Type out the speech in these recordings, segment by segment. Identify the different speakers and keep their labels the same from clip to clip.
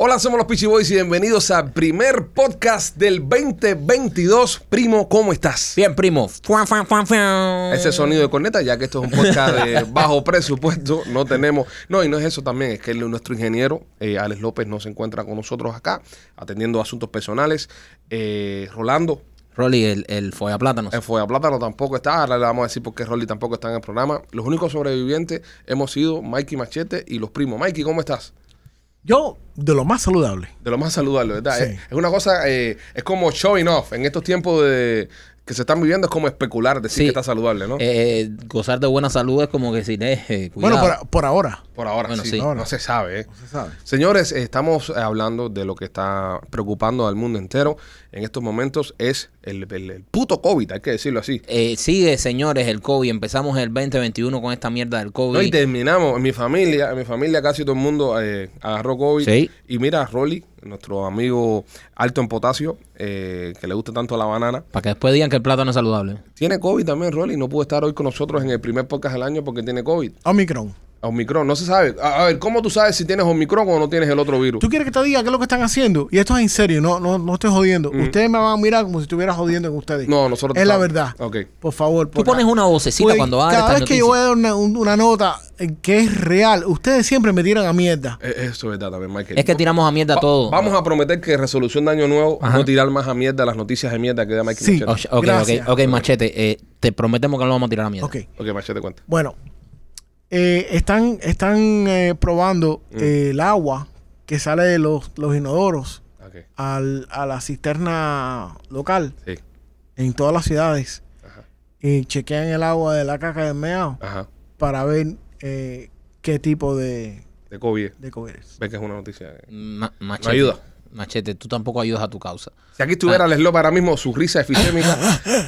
Speaker 1: Hola, somos los Peachy Boys y bienvenidos al primer podcast del 2022. Primo, ¿cómo estás?
Speaker 2: Bien, primo. Fuan, fuan, fuan, fuan.
Speaker 1: Ese sonido de corneta, ya que esto es un podcast de bajo presupuesto, no tenemos. No, y no es eso también, es que el- nuestro ingeniero, eh, Alex López, no se encuentra con nosotros acá, atendiendo asuntos personales. Eh, Rolando,
Speaker 2: Rolly, el, el follaplátanos.
Speaker 1: en Fuega Plátano tampoco está. Ahora le vamos a decir por qué Rolly tampoco está en el programa. Los únicos sobrevivientes hemos sido Mikey Machete y los primos. Mikey, ¿cómo estás?
Speaker 3: Yo, de lo más saludable.
Speaker 1: De lo más saludable, ¿verdad?
Speaker 3: Sí.
Speaker 1: Es, es una cosa, eh, es como showing off. En estos tiempos de, que se están viviendo es como especular, decir
Speaker 2: Sí.
Speaker 1: que está saludable, ¿no?
Speaker 2: Eh, gozar de buena salud es como que si eh, eh, cuidado.
Speaker 3: Bueno, por, por ahora.
Speaker 1: Por ahora
Speaker 2: bueno,
Speaker 1: sí,
Speaker 2: sí.
Speaker 1: no se sabe. ¿eh?
Speaker 3: No se sabe.
Speaker 1: Señores, eh, estamos eh, hablando de lo que está preocupando al mundo entero en estos momentos. Es el, el- el puto COVID, hay que decirlo así.
Speaker 2: Eh, sigue, señores, el COVID. Empezamos el 2021 con esta mierda del COVID.
Speaker 1: No, y terminamos. En mi familia, en mi familia casi todo el mundo eh, agarró COVID.
Speaker 2: Sí.
Speaker 1: Y mira, Rolly, nuestro amigo alto en potasio, eh, que le gusta tanto la banana,
Speaker 2: Para que después digan que el plátano es saludable.
Speaker 1: tiene COVID también, Rolly. No pudo estar hoy con nosotros en el primer podcast del año porque tiene COVID.
Speaker 3: Omicron.
Speaker 1: Omicron, no se sabe. A, a ver, ¿cómo tú sabes si tienes Omicron o no tienes el otro virus?
Speaker 3: ¿Tú quieres que te diga qué es lo que están haciendo? Y esto es en serio, no, no, no estoy jodiendo. Ustedes me van a mirar como si estuviera jodiendo con ustedes.
Speaker 1: Mm. No, nosotros
Speaker 3: Es la
Speaker 1: estamos-
Speaker 3: verdad.
Speaker 1: Ok.
Speaker 3: Por favor.
Speaker 2: Tú pones una vocecita cuando hagas
Speaker 3: Cada
Speaker 2: estas
Speaker 3: vez que yo voy a
Speaker 2: noticias.
Speaker 3: dar una, un- una nota eh, que es real, ustedes siempre me tiran a mierda.
Speaker 1: Eh, Eso es verdad también, Michael.
Speaker 2: Es que tiramos a mierda
Speaker 1: Va-
Speaker 2: todo.
Speaker 1: Vamos a prometer que resolución de año nuevo
Speaker 2: Ajá.
Speaker 1: no tirar más a mierda las noticias de mierda que da Michael
Speaker 3: Sí.
Speaker 1: Machete.
Speaker 2: Oh, sh- Ok,
Speaker 3: Gracias.
Speaker 2: ok, ok, machete. eh, te prometemos que no lo vamos a tirar a mierda.
Speaker 3: Ok.
Speaker 1: Ok, Machete cuenta.
Speaker 3: Bueno, eh, están, están eh, probando
Speaker 1: Mm.
Speaker 3: eh, el agua que sale de los, los inodoros
Speaker 1: Ok,
Speaker 3: al- a la cisterna local
Speaker 1: sí.
Speaker 3: en todas las ciudades.
Speaker 1: Ajá. Ah.
Speaker 3: y chequean el agua de la caca del meao
Speaker 1: Ajá.
Speaker 3: para ver eh, qué tipo de,
Speaker 1: De COVID.
Speaker 3: de COVID es.
Speaker 1: Ves que es una noticia. eh.
Speaker 2: Ma- machete.
Speaker 1: ayuda.
Speaker 2: Machete, tú tampoco ayudas a tu causa.
Speaker 1: Si aquí estuviera
Speaker 2: Ah.
Speaker 1: Les López ahora mismo, su risa efisémica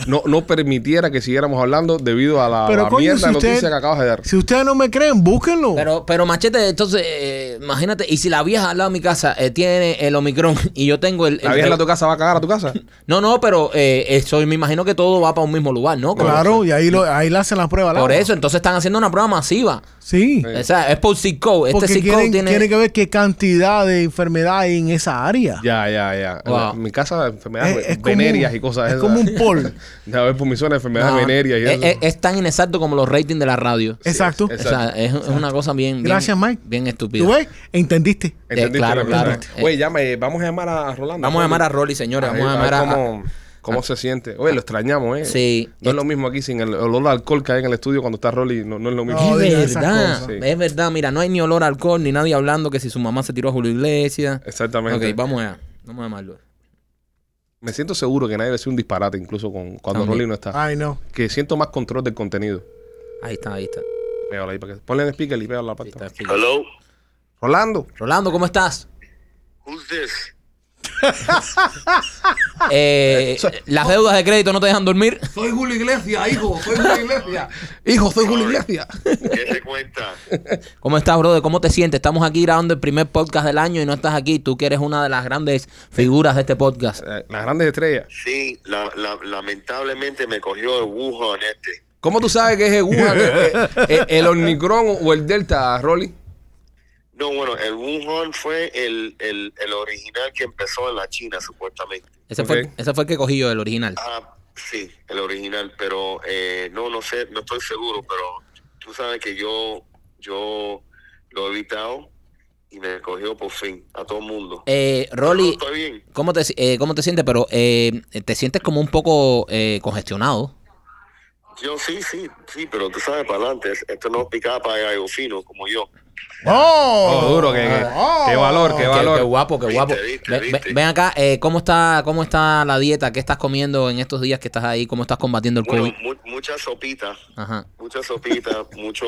Speaker 1: no, no permitiera que siguiéramos hablando debido a la,
Speaker 3: Pero,
Speaker 1: la
Speaker 3: coño,
Speaker 1: mierda
Speaker 3: si
Speaker 1: noticia
Speaker 3: usted-
Speaker 1: que acabas de dar.
Speaker 3: Si ustedes no me creen, búsquenlo.
Speaker 2: Pero, pero Machete, entonces, eh, imagínate, y si la vieja al lado de mi casa eh, tiene el Omicron y yo tengo el...
Speaker 1: ¿La
Speaker 2: el-
Speaker 1: vieja en la tu casa va a cagar a tu casa?
Speaker 2: No, no, pero eh, eso, me imagino que todo va para un mismo lugar, ¿no? Como-
Speaker 3: claro, y ahí, lo, ahí le hacen la prueba. al
Speaker 2: Por
Speaker 3: agua.
Speaker 2: eso, entonces están haciendo una prueba masiva.
Speaker 3: Sí.
Speaker 1: Sí.
Speaker 2: O sea, es por zip code. Este
Speaker 3: Porque
Speaker 2: zip code
Speaker 3: quieren,
Speaker 2: tiene...
Speaker 3: tiene que ver qué cantidad de enfermedad hay en esa área.
Speaker 1: Ya, ya, ya.
Speaker 2: Wow.
Speaker 1: En mi casa, enfermedades
Speaker 3: Es- es como
Speaker 1: venerias
Speaker 3: un-
Speaker 1: y cosas
Speaker 3: es
Speaker 1: esas.
Speaker 3: como un pol.
Speaker 1: Ya ves, por mi zona, enfermedades
Speaker 2: No,
Speaker 1: venerias y
Speaker 2: es,
Speaker 1: eso.
Speaker 2: es- Eh, es tan inexacto como los ratings de la radio.
Speaker 3: Exacto.
Speaker 1: es-
Speaker 2: O sea, es, es una cosa bien... bien-
Speaker 3: Gracias, Mike.
Speaker 2: Bien estúpida.
Speaker 3: ¿Tú ves? Entendiste.
Speaker 1: ¿Entendiste?
Speaker 2: Eh, claro,
Speaker 1: la verdad?
Speaker 2: claro.
Speaker 1: Oye, llame, vamos a llamar a Rolando.
Speaker 2: Vamos a llamar a
Speaker 1: Rolando.
Speaker 2: Rolly, señores.
Speaker 1: Ahí,
Speaker 2: Vamos a
Speaker 1: a ver
Speaker 2: llamar a...
Speaker 1: cómo, cómo se siente. Oye, lo extrañamos, ¿eh?
Speaker 2: Sí.
Speaker 1: No es lo mismo aquí sin el olor al alcohol que hay en el estudio cuando está Rolly. No, no es lo mismo.
Speaker 3: No, diga
Speaker 2: Es
Speaker 3: esas
Speaker 2: verdad,
Speaker 3: cosas.
Speaker 1: Sí.
Speaker 2: es verdad. Mira, no hay ni olor a alcohol, ni nadie hablando que si su mamá se tiró a Julio Iglesias.
Speaker 1: Exactamente.
Speaker 2: Ok, vamos allá. Vamos a llamarlo.
Speaker 1: Me siento seguro que nadie va a decir un disparate, incluso con, cuando
Speaker 2: También.
Speaker 1: Rolly no está.
Speaker 3: Ay, no.
Speaker 1: Que siento más control del contenido.
Speaker 2: Ahí está, ahí está. Ahí
Speaker 1: Pégalo ahí para que- Ponle en speaker y pégalo a la parte.
Speaker 2: está, sí.
Speaker 4: Hello,
Speaker 1: Rolando.
Speaker 2: Rolando, ¿cómo estás?
Speaker 4: who's this?
Speaker 2: Eh, las deudas de crédito no te dejan dormir.
Speaker 1: Soy Julio Iglesias, hijo. Soy Julio Iglesias. hijo, soy Julio Iglesias.
Speaker 4: ¿Qué se cuenta?
Speaker 2: ¿Cómo estás, brother? ¿Cómo te sientes? Estamos aquí grabando el primer podcast del año y no estás aquí. Tú que eres una de las grandes figuras de este podcast.
Speaker 1: Eh, Las grandes estrellas.
Speaker 4: Sí, la- la- lamentablemente me cogió el Wuhan este.
Speaker 1: ¿Cómo tú sabes que es el Wuhan, eh, eh, el Omicron o el Delta, Rolly?
Speaker 4: No, bueno, el Wuhan fue el, el, el original que empezó en la China, supuestamente.
Speaker 2: Ese, fue,
Speaker 1: Ok.
Speaker 2: ese fue el que cogí yo, el original.
Speaker 4: Ah, sí, el original, pero eh, no, no sé, no estoy seguro, pero tú sabes que yo, yo lo he evitado y me cogió por fin a todo el mundo.
Speaker 2: Eh, Rolly,
Speaker 4: ¿Estoy bien?
Speaker 2: ¿cómo te, si- eh, ¿cómo te sientes? Pero eh, te sientes como un poco eh, congestionado.
Speaker 4: Yo sí, sí, sí, pero tú sabes para adelante, esto no es picada para gallo fino como yo.
Speaker 3: ¡Oh!
Speaker 1: Oh, duro, que, que- qué valor, qué
Speaker 2: Qué,
Speaker 1: valor.
Speaker 2: qué guapo, qué
Speaker 4: Viste,
Speaker 2: guapo.
Speaker 4: viste,
Speaker 2: Ve- ve-
Speaker 4: viste.
Speaker 2: Ven acá, eh, ¿cómo, está, ¿cómo está la dieta? ¿Qué estás comiendo en estos días que estás ahí? ¿Cómo estás combatiendo el
Speaker 4: Bueno,
Speaker 2: COVID?
Speaker 4: mu- muchas sopitas.
Speaker 2: Ajá.
Speaker 4: mucha sopita, mucho.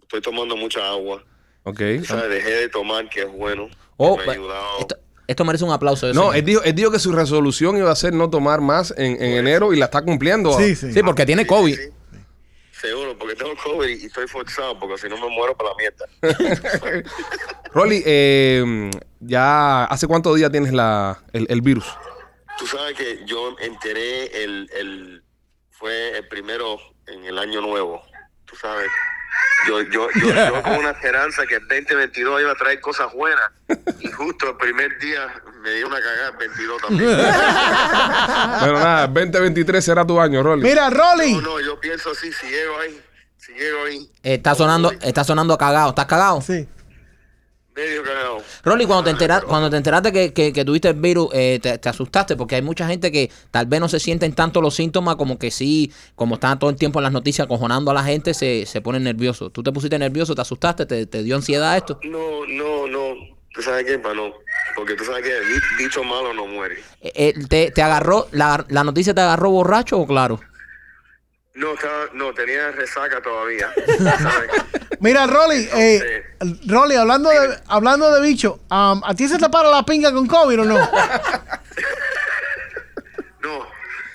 Speaker 4: Estoy tomando mucha agua.
Speaker 1: Ok.
Speaker 4: ¿Sabes? Dejé de tomar, que es bueno.
Speaker 2: Oh,
Speaker 4: me ha
Speaker 2: pa-
Speaker 4: ayudado.
Speaker 2: esto, esto merece un aplauso. yo
Speaker 1: No,
Speaker 2: sé.
Speaker 1: él dijo, él dijo que su resolución iba a ser no tomar más en, en enero y la está cumpliendo.
Speaker 3: Sí, sí.
Speaker 2: Sí, porque tiene COVID.
Speaker 4: Sí, sí. Seguro, porque tengo COVID y estoy forzado, porque si no me muero para la mierda.
Speaker 1: Rolly, eh, ya hace cuántos días tienes la, el, el virus.
Speaker 4: Tú sabes que yo enteré el, el fue el primero en el año nuevo. Tú sabes. Yo, yo, yo, yo con una esperanza que el 2022 iba a traer cosas buenas. Y justo el primer día me dio una cagada el 22 también.
Speaker 1: Bueno, nada, 2023 será tu año, Rolly.
Speaker 3: Mira, Rolly.
Speaker 4: No, no, yo pienso así, si llego ahí, si llego ahí,
Speaker 2: Está sonando, está sonando cagado. ¿Estás cagado?
Speaker 3: Sí.
Speaker 4: medio cagado.
Speaker 2: Rolly, cuando te, entera- cuando te enteraste que, que- que tuviste el virus, eh, te, te asustaste porque hay mucha gente que tal vez no se sienten tanto los síntomas como que sí, como están todo el tiempo en las noticias cojonando a la gente, se, se ponen nerviosos. ¿Tú te pusiste nervioso? ¿Te asustaste? ¿Te, te dio ansiedad esto?
Speaker 4: No, no, no. ¿Tú sabes qué? Para no. Porque tú sabes que di- dicho malo no muere.
Speaker 2: Eh, eh, te, te agarró, la, la noticia te agarró borracho o claro?
Speaker 4: No, estaba, no, tenía resaca todavía. ¿sabes?
Speaker 3: Mira, Rolly. eh, Rolly, hablando de, hablando de bicho, um, ¿a ti se te para la pinga con COVID o no?
Speaker 4: No,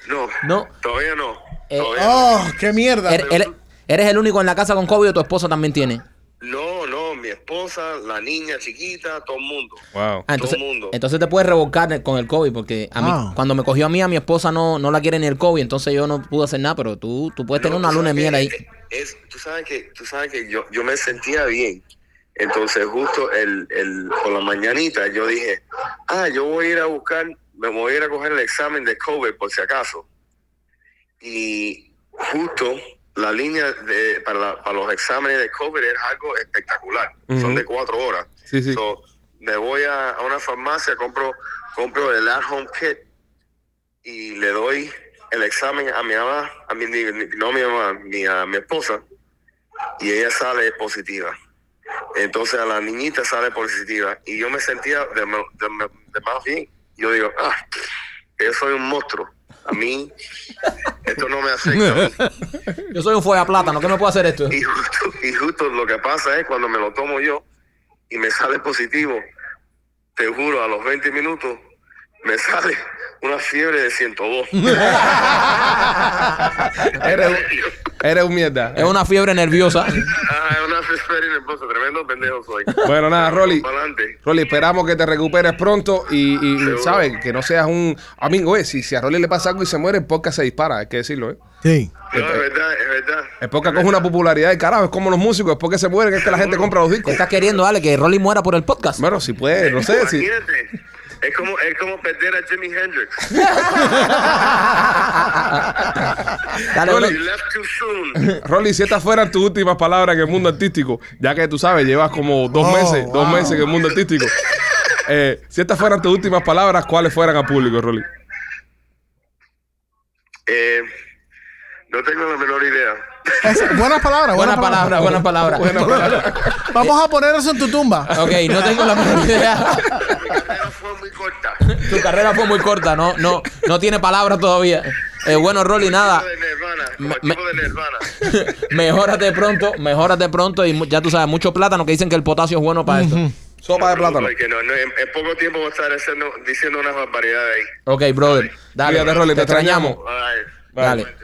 Speaker 4: no.
Speaker 2: No.
Speaker 4: Todavía no.
Speaker 2: Eh,
Speaker 4: todavía no.
Speaker 3: Oh, qué mierda.
Speaker 2: Er- er- ¿Eres el único en la casa con COVID o tu esposa también tiene?
Speaker 4: No, no, mi esposa, la niña chiquita, todo el mundo.
Speaker 1: Wow.
Speaker 2: Ah, entonces,
Speaker 4: Todo mundo.
Speaker 2: entonces te puedes revolcar con el COVID, porque a mí,
Speaker 3: Ah.
Speaker 2: cuando me cogió a mí, a mi esposa no, no la quiere ni el COVID, entonces yo no pude hacer nada, pero tú, tú puedes tener
Speaker 4: No,
Speaker 2: una
Speaker 4: tú
Speaker 2: luna de
Speaker 4: sabes
Speaker 2: miel ahí.
Speaker 4: que eh, es- tú sabes que, tú sabes que yo, yo me sentía bien. Entonces, justo el, el, por la mañanita, yo dije, ah, yo voy a ir a buscar, me voy a ir a coger el examen de COVID por si acaso. Y justo la línea de, para, la- para los exámenes de COVID es algo espectacular. Son
Speaker 1: Ujú.
Speaker 4: de cuatro horas.
Speaker 1: Sí, sí.
Speaker 4: So, me voy a, a una farmacia, compro, compro el at home kit y le doy el examen a mi mamá, a mi, ni- ni- no a mi mamá, ni a mi esposa, y ella sale positiva. Entonces a la niñita sale positiva y yo me sentía de, me- de me- de más bien. Yo digo, ah, yo soy un monstruo. A mí esto no me afecta.
Speaker 2: Yo soy un fuega plátano, ¿qué me puedo hacer esto?
Speaker 4: Y justo, y justo lo que pasa es cuando me lo tomo yo y me sale positivo, te juro, a los 20 minutos me sale una fiebre de 102.
Speaker 1: Eres, eres un mierda.
Speaker 2: Es una fiebre nerviosa.
Speaker 4: Ah, una fiebre nerviosa, tremendo pendejo soy.
Speaker 1: Bueno, nada, Rolly.
Speaker 4: Pa'lante.
Speaker 1: Rolly, esperamos que te recuperes pronto y, y- y,
Speaker 4: Seguro.
Speaker 1: sabes, que no seas un amigo, eh, si, si a Rolly le pasa algo y se muere, el podcast se dispara, hay que decirlo, eh.
Speaker 3: Sí.
Speaker 4: No, es verdad, es verdad.
Speaker 1: El podcast coge una popularidad de carajo, es como los músicos, es porque se mueren, es que la gente compra los
Speaker 2: ¿Qué
Speaker 1: discos.
Speaker 2: estás queriendo, Ale? Que Rolly muera por el podcast.
Speaker 1: Bueno, si puede, no sé, si...
Speaker 4: Imagínate, es como, es como perder a Jimi Hendrix.
Speaker 2: Dale,
Speaker 1: Rolly.
Speaker 2: Rolly.
Speaker 4: You left too soon.
Speaker 1: Rolly, si estas fueran tus últimas palabras en el mundo artístico, ya que tú sabes, llevas como dos
Speaker 3: Oh,
Speaker 1: meses, dos
Speaker 3: wow.
Speaker 1: meses en el mundo artístico. Eh, si estas fueran tus últimas palabras, ¿cuáles fueran al público, Rolly?
Speaker 4: Eh, no tengo la menor idea.
Speaker 3: Es- buenas palabras,
Speaker 2: Buena
Speaker 3: buenas
Speaker 2: palabra,
Speaker 3: palabras.
Speaker 2: buena palabra.
Speaker 3: Vamos a poner eso en tu tumba.
Speaker 2: Ok, no tengo la menor idea.
Speaker 4: Mi carrera fue muy corta.
Speaker 2: Tu carrera fue muy corta, no, no, no tiene palabras todavía. Eh, bueno, Rolly, nada.
Speaker 4: Tipo de Nirvana, como
Speaker 2: Me-
Speaker 4: el tipo de Nirvana.
Speaker 2: Mejórate pronto, mejórate pronto y mu- ya tú sabes, mucho plátano que dicen que el potasio es bueno para esto.
Speaker 1: Sopa de plátano.
Speaker 4: Porque no, no, en, en poco tiempo voy a estar haciendo, diciendo unas barbaridades ahí.
Speaker 2: Ok, brother. Dale,
Speaker 1: Cuídate, Rolly, te extrañamos.
Speaker 4: All right.
Speaker 2: Dale.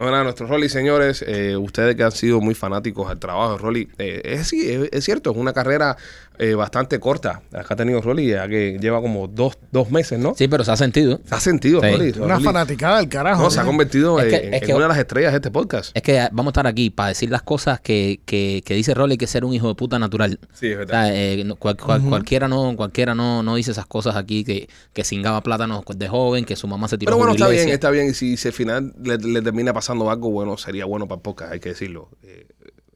Speaker 1: Bueno, a nuestros Rolly, señores, eh, ustedes que han sido muy fanáticos al trabajo de Rolly, eh, es, sí, es, es cierto, es una carrera eh, bastante corta la que ha tenido Rolly, ya que lleva como dos, dos meses, ¿no?
Speaker 2: Sí, pero se ha sentido.
Speaker 1: Se ha sentido,
Speaker 2: Sí.
Speaker 1: Rolly.
Speaker 3: Una
Speaker 1: Rolly,
Speaker 3: fanaticada del carajo. Eh,
Speaker 1: no, se ha convertido
Speaker 2: Es que-
Speaker 1: en,
Speaker 2: es
Speaker 1: en
Speaker 2: que-
Speaker 1: una de las estrellas de este podcast.
Speaker 2: Es que vamos a estar aquí para decir las cosas que, que, que dice Rolly que es ser un hijo de puta natural.
Speaker 1: Sí, es
Speaker 2: O
Speaker 1: verdad.
Speaker 2: sea, eh, no- cual- cual- Cualquiera no cualquiera no, no dice esas cosas aquí que, que cingaba plátanos de joven, que su mamá se tiró
Speaker 1: Pero
Speaker 2: por
Speaker 1: bueno,
Speaker 2: la
Speaker 1: está bien,
Speaker 2: iglesia.
Speaker 1: está bien. Y si, si al final le, le termina pasando algo bueno, sería bueno para el podcast, hay que decirlo. Eh,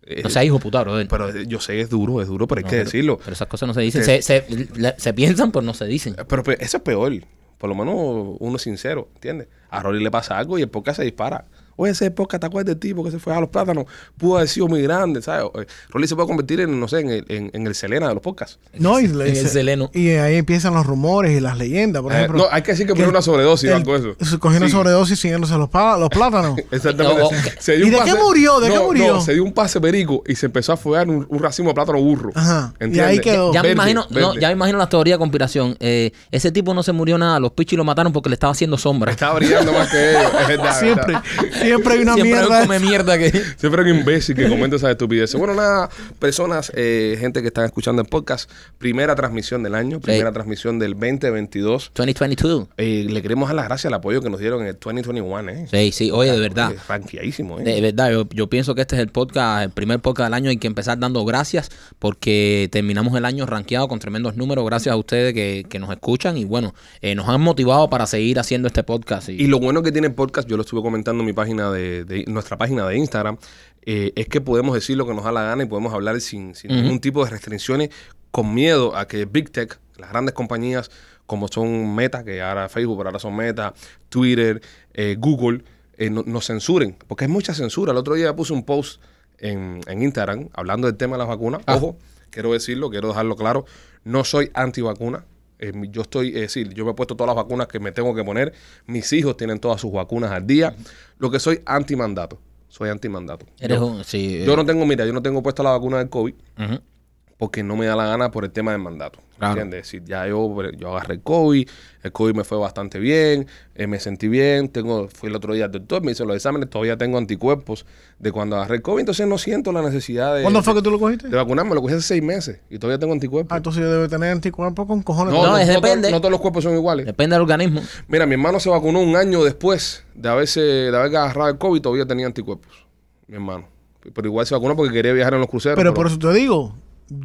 Speaker 1: eh,
Speaker 2: No sea hijo de puta, brother.
Speaker 1: pero eh, yo sé que es duro, es duro, pero hay
Speaker 2: No,
Speaker 1: que
Speaker 2: pero-
Speaker 1: decirlo.
Speaker 2: Pero esas cosas no se dicen. Se, se, le- se piensan, pero no se dicen.
Speaker 4: Ah.
Speaker 1: Pero, pe- eso es peor. Por lo menos uno es sincero, ¿entiendes? A Rolly le pasa algo y el podcast se dispara. Oye, ese podcast, ¿te acuerdas del tipo que se fue a los plátanos? Pudo haber sido muy grande, ¿sabes? Eh, Rolly se puede convertir en, no sé, en el, en- en el Selena de los podcasts.
Speaker 3: No, y,
Speaker 2: En
Speaker 3: le-
Speaker 2: el
Speaker 3: se-
Speaker 2: seleno.
Speaker 3: y ahí empiezan los rumores y las leyendas. Por
Speaker 1: Eh,
Speaker 3: ejemplo,
Speaker 1: no, hay que decir que fue una sobredosis o
Speaker 3: el-
Speaker 1: algo de eso.
Speaker 3: Cogiendo
Speaker 1: Sí.
Speaker 3: sobredosis siguiéndose los, pa- los plátanos.
Speaker 1: Exactamente.
Speaker 2: No,
Speaker 1: Se dio
Speaker 3: ¿Y
Speaker 1: un
Speaker 3: de qué murió? ¿De qué murió?
Speaker 1: se dio un pase perico y se empezó a fugar un, un racimo de plátano burro.
Speaker 3: Ajá. Y
Speaker 1: ¿Entiendes? Eh,
Speaker 3: ahí quedó.
Speaker 2: Ya me
Speaker 1: Verde,
Speaker 2: imagino, no,
Speaker 1: verde.
Speaker 2: ya me imagino la teoría de conspiración. Eh, ese tipo no se murió nada, los pichis lo mataron porque le estaba haciendo sombra.
Speaker 1: Está brillando más que ellos. Es verdad,
Speaker 3: Siempre.
Speaker 1: verdad.
Speaker 3: Siempre hay una
Speaker 2: Siempre
Speaker 3: mierda.
Speaker 2: come mierda que.
Speaker 1: Siempre hay un imbécil que comenta esas estupideces. Bueno, nada, personas, eh, gente que están escuchando el podcast, primera transmisión del año, primera transmisión del 2022.
Speaker 2: 2022.
Speaker 1: Eh, le queremos dar las gracias al apoyo que nos dieron en el 2021, ¿eh?
Speaker 2: Sí, sí, oye, de verdad.
Speaker 1: Oye, franqueadísimo, ¿eh?
Speaker 2: De verdad, yo, yo pienso que este es el podcast, el primer podcast del año. Hay que empezar dando gracias porque terminamos el año rankeado con tremendos números. Gracias a ustedes que, que nos escuchan y bueno, eh, nos han motivado para seguir haciendo este podcast. Y,
Speaker 1: Y lo bueno que tiene el podcast, yo lo estuve comentando en mi página de, de- nuestra página de Instagram, eh, es que podemos decir lo que nos da la gana y podemos hablar sin, sin ningún tipo de restricciones, con miedo a que Big Tech, las grandes compañías como son Meta, que ahora Facebook, pero ahora son Meta, Twitter, eh, Google, eh, no- nos censuren, porque hay mucha censura. El otro día puse un post en, en Instagram hablando del tema de las vacunas.
Speaker 2: Ah.
Speaker 1: Ojo, quiero decirlo, quiero dejarlo claro, no soy antivacuna. Eh, mi- yo estoy, es decir, yo me he puesto todas las vacunas que me tengo que poner. Mis hijos tienen todas sus vacunas al día. Lo que soy antimandato. Soy antimandato.
Speaker 2: eres
Speaker 1: yo,
Speaker 2: un- sí, eh,
Speaker 1: yo no tengo, mira, yo no tengo puesta la vacuna del COVID
Speaker 2: ujú.
Speaker 1: porque no me da la gana por el tema del mandato.
Speaker 2: Claro.
Speaker 1: ¿Entiendes? Si ya yo, yo agarré el COVID, el COVID me fue bastante bien, eh, me sentí bien, tengo, fui el otro día al doctor, me hice los exámenes, todavía tengo anticuerpos de cuando agarré el COVID, entonces no siento la necesidad de,
Speaker 3: ¿Cuándo fue
Speaker 1: de,
Speaker 3: que tú lo cogiste?
Speaker 1: de vacunarme, lo cogí hace seis meses y todavía tengo anticuerpos.
Speaker 3: Ah, entonces yo debo tener anticuerpos con cojones.
Speaker 2: No, es
Speaker 1: todos-
Speaker 2: depende.
Speaker 1: no todos los cuerpos son iguales.
Speaker 2: Depende del organismo.
Speaker 1: Mira, mi hermano se vacunó un año después de haberse, de haber agarrado el COVID, todavía tenía anticuerpos. Mi hermano. Pero igual se vacunó porque quería viajar en los cruceros.
Speaker 3: Pero por eso te digo,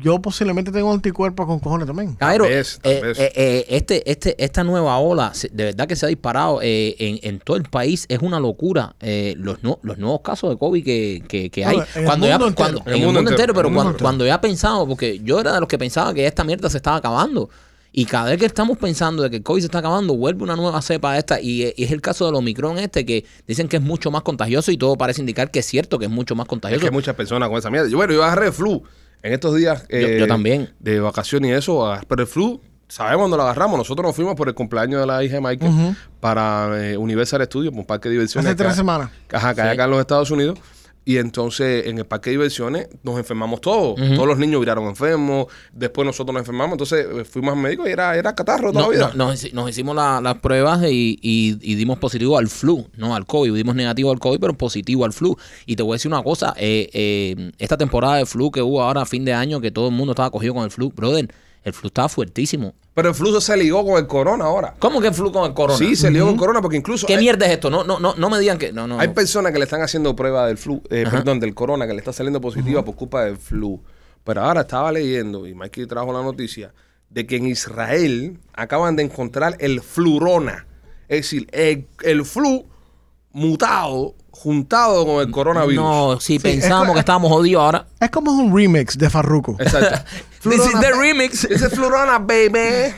Speaker 3: yo posiblemente tengo anticuerpos con cojones también.
Speaker 2: Cairo,
Speaker 1: vez, tal
Speaker 2: eh,
Speaker 1: vez.
Speaker 2: eh, eh, este, este, esta nueva ola se- de verdad que se ha disparado eh, en, en todo el país. Es una locura eh, los, nu- los nuevos casos de COVID que, que, que
Speaker 3: No,
Speaker 2: hay.
Speaker 3: en el
Speaker 2: cuando ya,
Speaker 3: mundo entero.
Speaker 2: cuando- en el mundo entero, pero
Speaker 1: en el mundo
Speaker 2: cuando,
Speaker 1: entero.
Speaker 2: cuando ya pensaba, porque yo era de los que pensaba que esta mierda se estaba acabando. Y cada vez que estamos pensando de que el COVID se está acabando, vuelve una nueva cepa esta. Y, eh, y es el caso del Omicron este, que dicen que es mucho más contagioso y todo parece indicar que es cierto que es mucho más
Speaker 1: Es
Speaker 2: contagioso.
Speaker 1: que hay muchas personas con esa mierda. Yo, bueno, yo agarré el flu en estos días. eh,
Speaker 2: yo también.
Speaker 1: De vacaciones y eso. agar- Pero el flu, sabemos cuando lo agarramos. Nosotros nos fuimos por el cumpleaños de la hija de Michael para eh, Universal Studios, un parque de diversiones.
Speaker 3: Hace tres
Speaker 1: acá-
Speaker 3: semanas.
Speaker 1: Ajá, que hay
Speaker 2: Sí.
Speaker 1: acá en los Estados Unidos. Y entonces en el parque de diversiones nos enfermamos todos. Todos los niños viraron enfermos. Después nosotros nos enfermamos. Entonces eh, fuimos al médico y era, era catarro toda
Speaker 2: No,
Speaker 1: la vida.
Speaker 2: no, nos, hici- nos hicimos la- las pruebas y, y- y dimos positivo al flu, no al COVID. Dimos negativo al COVID, pero positivo al flu. Y te voy a decir una cosa, eh, eh, esta temporada de flu que hubo ahora a fin de año, que todo el mundo estaba cogido con el flu, brother, el flu estaba fuertísimo.
Speaker 1: Pero el flu se ligó con el corona ahora.
Speaker 2: ¿Cómo que el flu con el corona?
Speaker 1: Sí, se ligó con el corona porque incluso.
Speaker 2: ¿Qué
Speaker 1: hay-
Speaker 2: mierda es esto? No, no, no, no me digan que... No, no,
Speaker 1: Hay
Speaker 2: no.
Speaker 1: personas que le están haciendo prueba del flu, eh, perdón, del corona, que le está saliendo positiva por culpa del flu. Pero ahora estaba leyendo, y Mikey trajo la noticia, de que en Israel acaban de encontrar el flurona. Es decir, el, el flu mutado, juntado con el coronavirus.
Speaker 2: No, si
Speaker 3: esto-
Speaker 2: pensábamos que estábamos jodidos ahora...
Speaker 3: Es como un remix de Farruko.
Speaker 1: Exacto.
Speaker 2: This is the
Speaker 1: ba-
Speaker 2: remix.
Speaker 1: This is flurona, baby.
Speaker 2: Eh,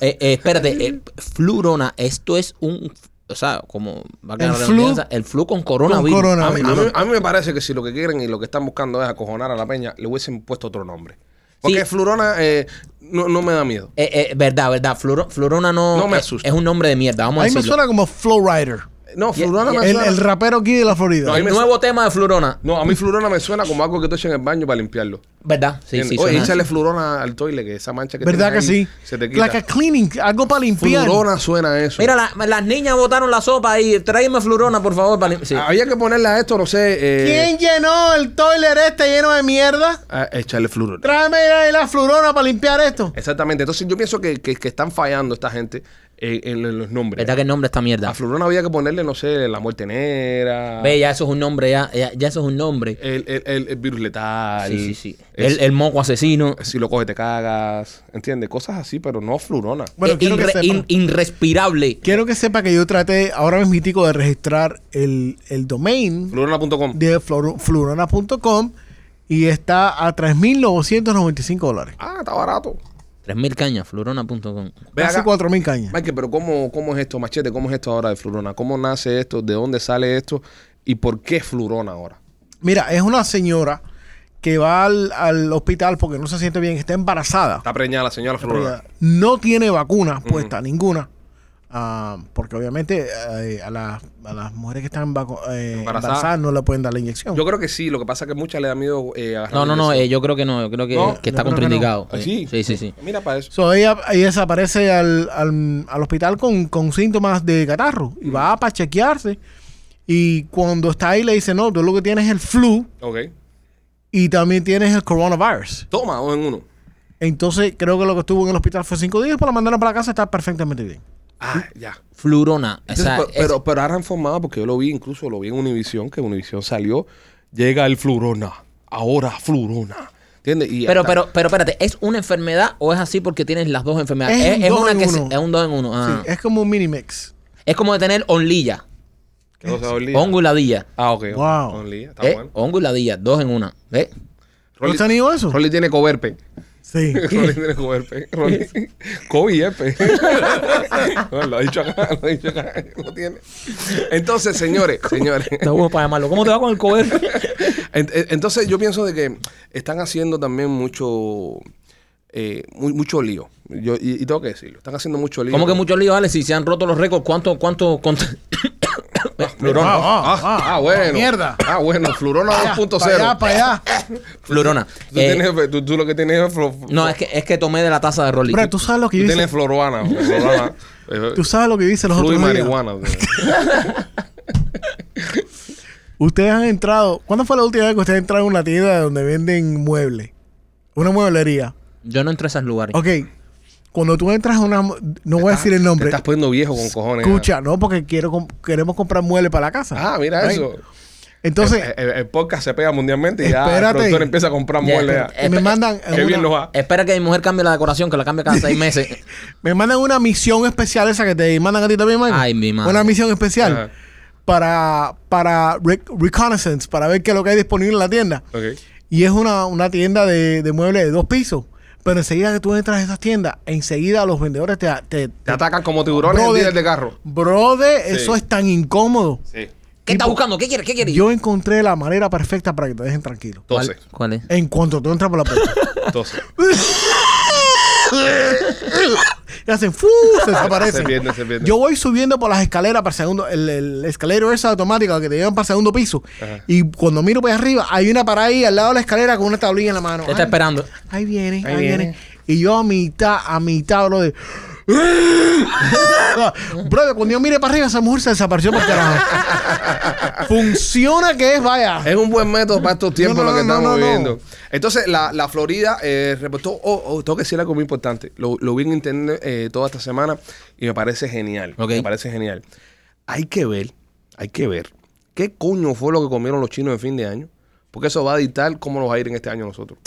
Speaker 2: eh, espérate, eh, flurona, esto es un... O sea, como... va a quedar
Speaker 3: El flu-
Speaker 2: redundancia, el flu con coronavirus.
Speaker 1: A mí,
Speaker 3: coronavirus.
Speaker 1: a mí- a mí me parece que si lo que quieren y lo que están buscando es acojonar a la peña, le hubiesen puesto otro nombre. Porque
Speaker 2: Sí.
Speaker 1: flurona eh, no, no me da miedo.
Speaker 2: Eh, eh, verdad, verdad. Fluro- Florona no,
Speaker 1: No me
Speaker 2: es,
Speaker 1: asusta.
Speaker 2: es un nombre de mierda. Vamos
Speaker 3: A
Speaker 2: a
Speaker 3: mí me
Speaker 2: decirlo.
Speaker 3: suena como Flowrider.
Speaker 1: No, flurona me
Speaker 3: El,
Speaker 1: suena-
Speaker 3: el rapero aquí de la
Speaker 1: No,
Speaker 3: Florida.
Speaker 1: a mí me
Speaker 2: el nuevo tema de Florona.
Speaker 1: No, a mí flurona me suena como algo que tú echas en el baño para limpiarlo.
Speaker 2: ¿Verdad? Sí, sí,
Speaker 1: ¿Entiendes? Oye,
Speaker 2: suena
Speaker 1: échale
Speaker 2: así.
Speaker 1: flurona al toile, que esa mancha que
Speaker 3: ¿Verdad que
Speaker 1: tienes ahí
Speaker 3: sí?
Speaker 1: se te quita.
Speaker 3: Like a cleaning, algo para limpiar.
Speaker 1: flurona suena a eso.
Speaker 2: Mira, la- las niñas botaron la sopa y tráeme Florona, por favor. Para lim- sí.
Speaker 1: Había que ponerle a esto, no sé, eh,
Speaker 3: ¿Quién llenó el toilet este lleno de mierda?
Speaker 1: a echarle flurona.
Speaker 3: Tráeme ahí la florona para limpiar esto.
Speaker 1: Exactamente. Entonces yo pienso que, que- que están fallando esta gente eh, en, en los nombres.
Speaker 2: ¿Verdad que el nombre está mierda?
Speaker 1: A flurona había que ponerle, no sé, la muerte negra,
Speaker 2: Ve, ya eso es un nombre, ya, ya, ya eso es un nombre.
Speaker 1: el, el- el- el virus letal.
Speaker 2: sí, sí, sí.
Speaker 1: es-
Speaker 2: El, el moco asesino.
Speaker 1: si lo coges te cagas, ¿entiendes? Cosas así, pero no flurona.
Speaker 3: Bueno,
Speaker 2: Eh,
Speaker 3: quiero que
Speaker 2: inre-
Speaker 3: sepan.
Speaker 2: in- irrespirable.
Speaker 3: Quiero que sepa que yo traté ahora mismitico de registrar el, el domain
Speaker 1: Flurona.com.
Speaker 3: de flor- florona.com y está a 3.995 dólares.
Speaker 1: Ah, está barato.
Speaker 2: 3000 cañas, florona.com.
Speaker 1: Ve
Speaker 3: Casi
Speaker 1: acá.
Speaker 3: 4.000 cañas.
Speaker 1: Mike, pero ¿cómo, ¿cómo es esto, Machete? ¿Cómo es esto ahora de Flurona? ¿Cómo nace esto? ¿De dónde sale esto? ¿Y por qué Flurona ahora?
Speaker 3: Mira, es una señora que va al, al hospital porque no se siente bien, está embarazada.
Speaker 1: Está preñada la señora Flurona.
Speaker 3: No tiene vacuna puesta, ninguna. Ah, porque obviamente eh, a, las, a las mujeres que están vacu- eh,
Speaker 1: Embarazadas.
Speaker 3: embarazadas no le pueden dar la inyección.
Speaker 1: Yo creo que sí, lo que pasa es que a muchas le da miedo eh, agarrar
Speaker 2: No, no,
Speaker 1: el
Speaker 2: no,
Speaker 1: deseo.
Speaker 2: eh, yo creo que no, yo creo que,
Speaker 1: No,
Speaker 2: que está
Speaker 3: yo creo que
Speaker 2: contraindicado.
Speaker 1: ¿Ah,
Speaker 2: Sí, sí, sí. sí.
Speaker 1: Mira para eso.
Speaker 3: So, ella, ella se aparece al, al- al hospital con, con síntomas de catarro y va para chequearse Y cuando está ahí le dice, no, tú lo que tienes es el flu
Speaker 1: Ok.
Speaker 3: y también tienes el coronavirus.
Speaker 1: Toma, dos en uno.
Speaker 3: Entonces creo que lo que estuvo en el hospital fue cinco días, para mandarlo para la casa está perfectamente bien.
Speaker 1: Ah, ya.
Speaker 2: Flurona. O
Speaker 1: Entonces,
Speaker 2: sea,
Speaker 1: pero,
Speaker 2: es-
Speaker 1: pero, pero ahora han formado, porque yo lo vi, incluso lo vi en Univisión, que Univisión salió, llega el flurona, ahora flurona. ¿Entiendes? Y
Speaker 2: pero,
Speaker 1: hasta-
Speaker 2: pero, pero espérate, ¿es una enfermedad o es así porque tienes las dos enfermedades?
Speaker 3: Es
Speaker 2: Es,
Speaker 3: un
Speaker 2: es
Speaker 3: dos
Speaker 2: una
Speaker 3: en
Speaker 2: que se-
Speaker 3: uno.
Speaker 2: es un dos en uno. ah.
Speaker 3: Sí,
Speaker 2: es,
Speaker 3: es como un mini mix.
Speaker 2: como de tener onlilla,
Speaker 1: ¿Qué cosa, Only?
Speaker 2: hongo y ladilla.
Speaker 1: Ah, ok.
Speaker 3: Wow.
Speaker 1: Only, está
Speaker 2: ¿Eh?
Speaker 1: bueno.
Speaker 2: Hongo y ladilla, dos en una. ¿eh?
Speaker 3: ¿No has tenido eso?
Speaker 1: Rolly tiene coberpe.
Speaker 3: Sí.
Speaker 1: Rolly tiene coberpe. Rolly. Kobe y Epe. No, lo ha dicho acá, lo ha dicho acá. Lo tiene. Entonces, señores, señores.
Speaker 2: bueno para llamarlo. ¿Cómo te va con el cover?
Speaker 1: Ent- eh, Entonces yo pienso de que están haciendo también mucho eh, mu- mucho lío. Yo, y, y tengo que decirlo, están haciendo mucho lío.
Speaker 2: ¿Cómo que muchos líos, Alex? Si se han roto los récords, ¿cuánto, cuánto, cuánto?
Speaker 1: Flurona.
Speaker 3: Ah,
Speaker 1: Ah,
Speaker 3: ah,
Speaker 1: ah,
Speaker 3: ah,
Speaker 1: bueno.
Speaker 3: mierda.
Speaker 1: Ah, bueno, Flurona
Speaker 3: Para allá,
Speaker 1: 2.0.
Speaker 3: para allá.
Speaker 2: Flurona.
Speaker 1: Tú,
Speaker 2: Eh,
Speaker 1: tienes- tú- tú lo que tienes es, flo-
Speaker 2: no, es que, es que tomé de la taza de Rolly.
Speaker 3: Pero tú sabes lo
Speaker 1: tú
Speaker 3: que yo hice.
Speaker 1: tienes floroana. floroana eh,
Speaker 3: Tú sabes lo que yo hice los
Speaker 1: flu y
Speaker 3: otros días.
Speaker 1: marihuana.
Speaker 3: Ustedes han entrado. ¿Cuándo fue la última vez que ustedes entraron a una tienda donde venden muebles? Una mueblería.
Speaker 2: Yo no entro a esos lugares.
Speaker 3: Ok. Cuando tú entras a una. mu- No voy a decir el
Speaker 1: Te
Speaker 3: nombre.
Speaker 1: estás poniendo viejo con cojones.
Speaker 3: Escucha, no, porque quiero comp- queremos comprar muebles para la casa.
Speaker 1: Ah, mira
Speaker 3: Right.
Speaker 1: eso. Eh,
Speaker 3: Entonces,
Speaker 1: el, el- el podcast se pega mundialmente y ya el
Speaker 3: Espérate.
Speaker 1: productor empieza a comprar
Speaker 2: Ya,
Speaker 1: muebles.
Speaker 2: espérate.
Speaker 1: ya.
Speaker 3: eh, me
Speaker 2: espe-
Speaker 3: mandan.
Speaker 1: Qué bien
Speaker 3: una,
Speaker 1: nos va.
Speaker 2: Espera que mi mujer cambie la decoración, que la cambie cada seis meses.
Speaker 3: me mandan una misión especial esa que te mandan a ti también, Mike.
Speaker 2: Ay, mi madre.
Speaker 3: Una misión especial
Speaker 1: Ajá.
Speaker 3: para, para re- reconnaissance, para ver qué es lo que hay disponible en la tienda.
Speaker 1: Ok.
Speaker 3: Y es una, una tienda de, de muebles de dos pisos. Pero enseguida que tú entras a esas tiendas, enseguida los vendedores te... te,
Speaker 1: Te atacan como tiburones en
Speaker 3: Brother.
Speaker 1: dealer de carro.
Speaker 3: Brother,
Speaker 1: Sí.
Speaker 3: eso es tan incómodo.
Speaker 1: Sí.
Speaker 2: ¿Qué estás
Speaker 3: Tipo-
Speaker 2: buscando? ¿Qué quieres? ¿Qué quieres?
Speaker 3: Yo encontré la manera perfecta para que te dejen tranquilo.
Speaker 2: ¿Cuál,
Speaker 1: Entonces,
Speaker 2: cuál es?
Speaker 3: En cuanto tú entras por la puerta.
Speaker 1: entonces.
Speaker 3: y hacen ¡fu! Se desaparecen.
Speaker 1: Se pierden, se pierden.
Speaker 3: Yo voy subiendo por las escaleras para el segundo... El, el escalero esa automática que te llevan para el segundo piso.
Speaker 1: Ajá.
Speaker 3: Y cuando miro para arriba, hay una para ahí al lado de la escalera con una tablilla en la mano.
Speaker 2: Te está
Speaker 3: Ay,
Speaker 2: esperando.
Speaker 3: Ahí viene, ahí,
Speaker 1: Ahí
Speaker 3: viene.
Speaker 1: viene.
Speaker 3: Y yo a mitad, a mitad, bro, de... Brother, cuando yo mire para arriba, esa mujer se desapareció por carajo. Funciona que es, vaya.
Speaker 1: Es un buen método para estos tiempos
Speaker 3: No, no,
Speaker 1: lo que
Speaker 3: no,
Speaker 1: estamos
Speaker 3: no, no.
Speaker 1: viviendo. Entonces, la, la Florida eh, reportó, oh, oh, tengo que decir algo muy importante. Lo, lo vi en internet eh, toda esta semana y me parece genial.
Speaker 2: Ok.
Speaker 1: Me parece genial. Hay que ver, hay que ver qué coño fue lo que comieron los chinos en fin de año. Porque eso va a dictar cómo nos va a ir en este año nosotros.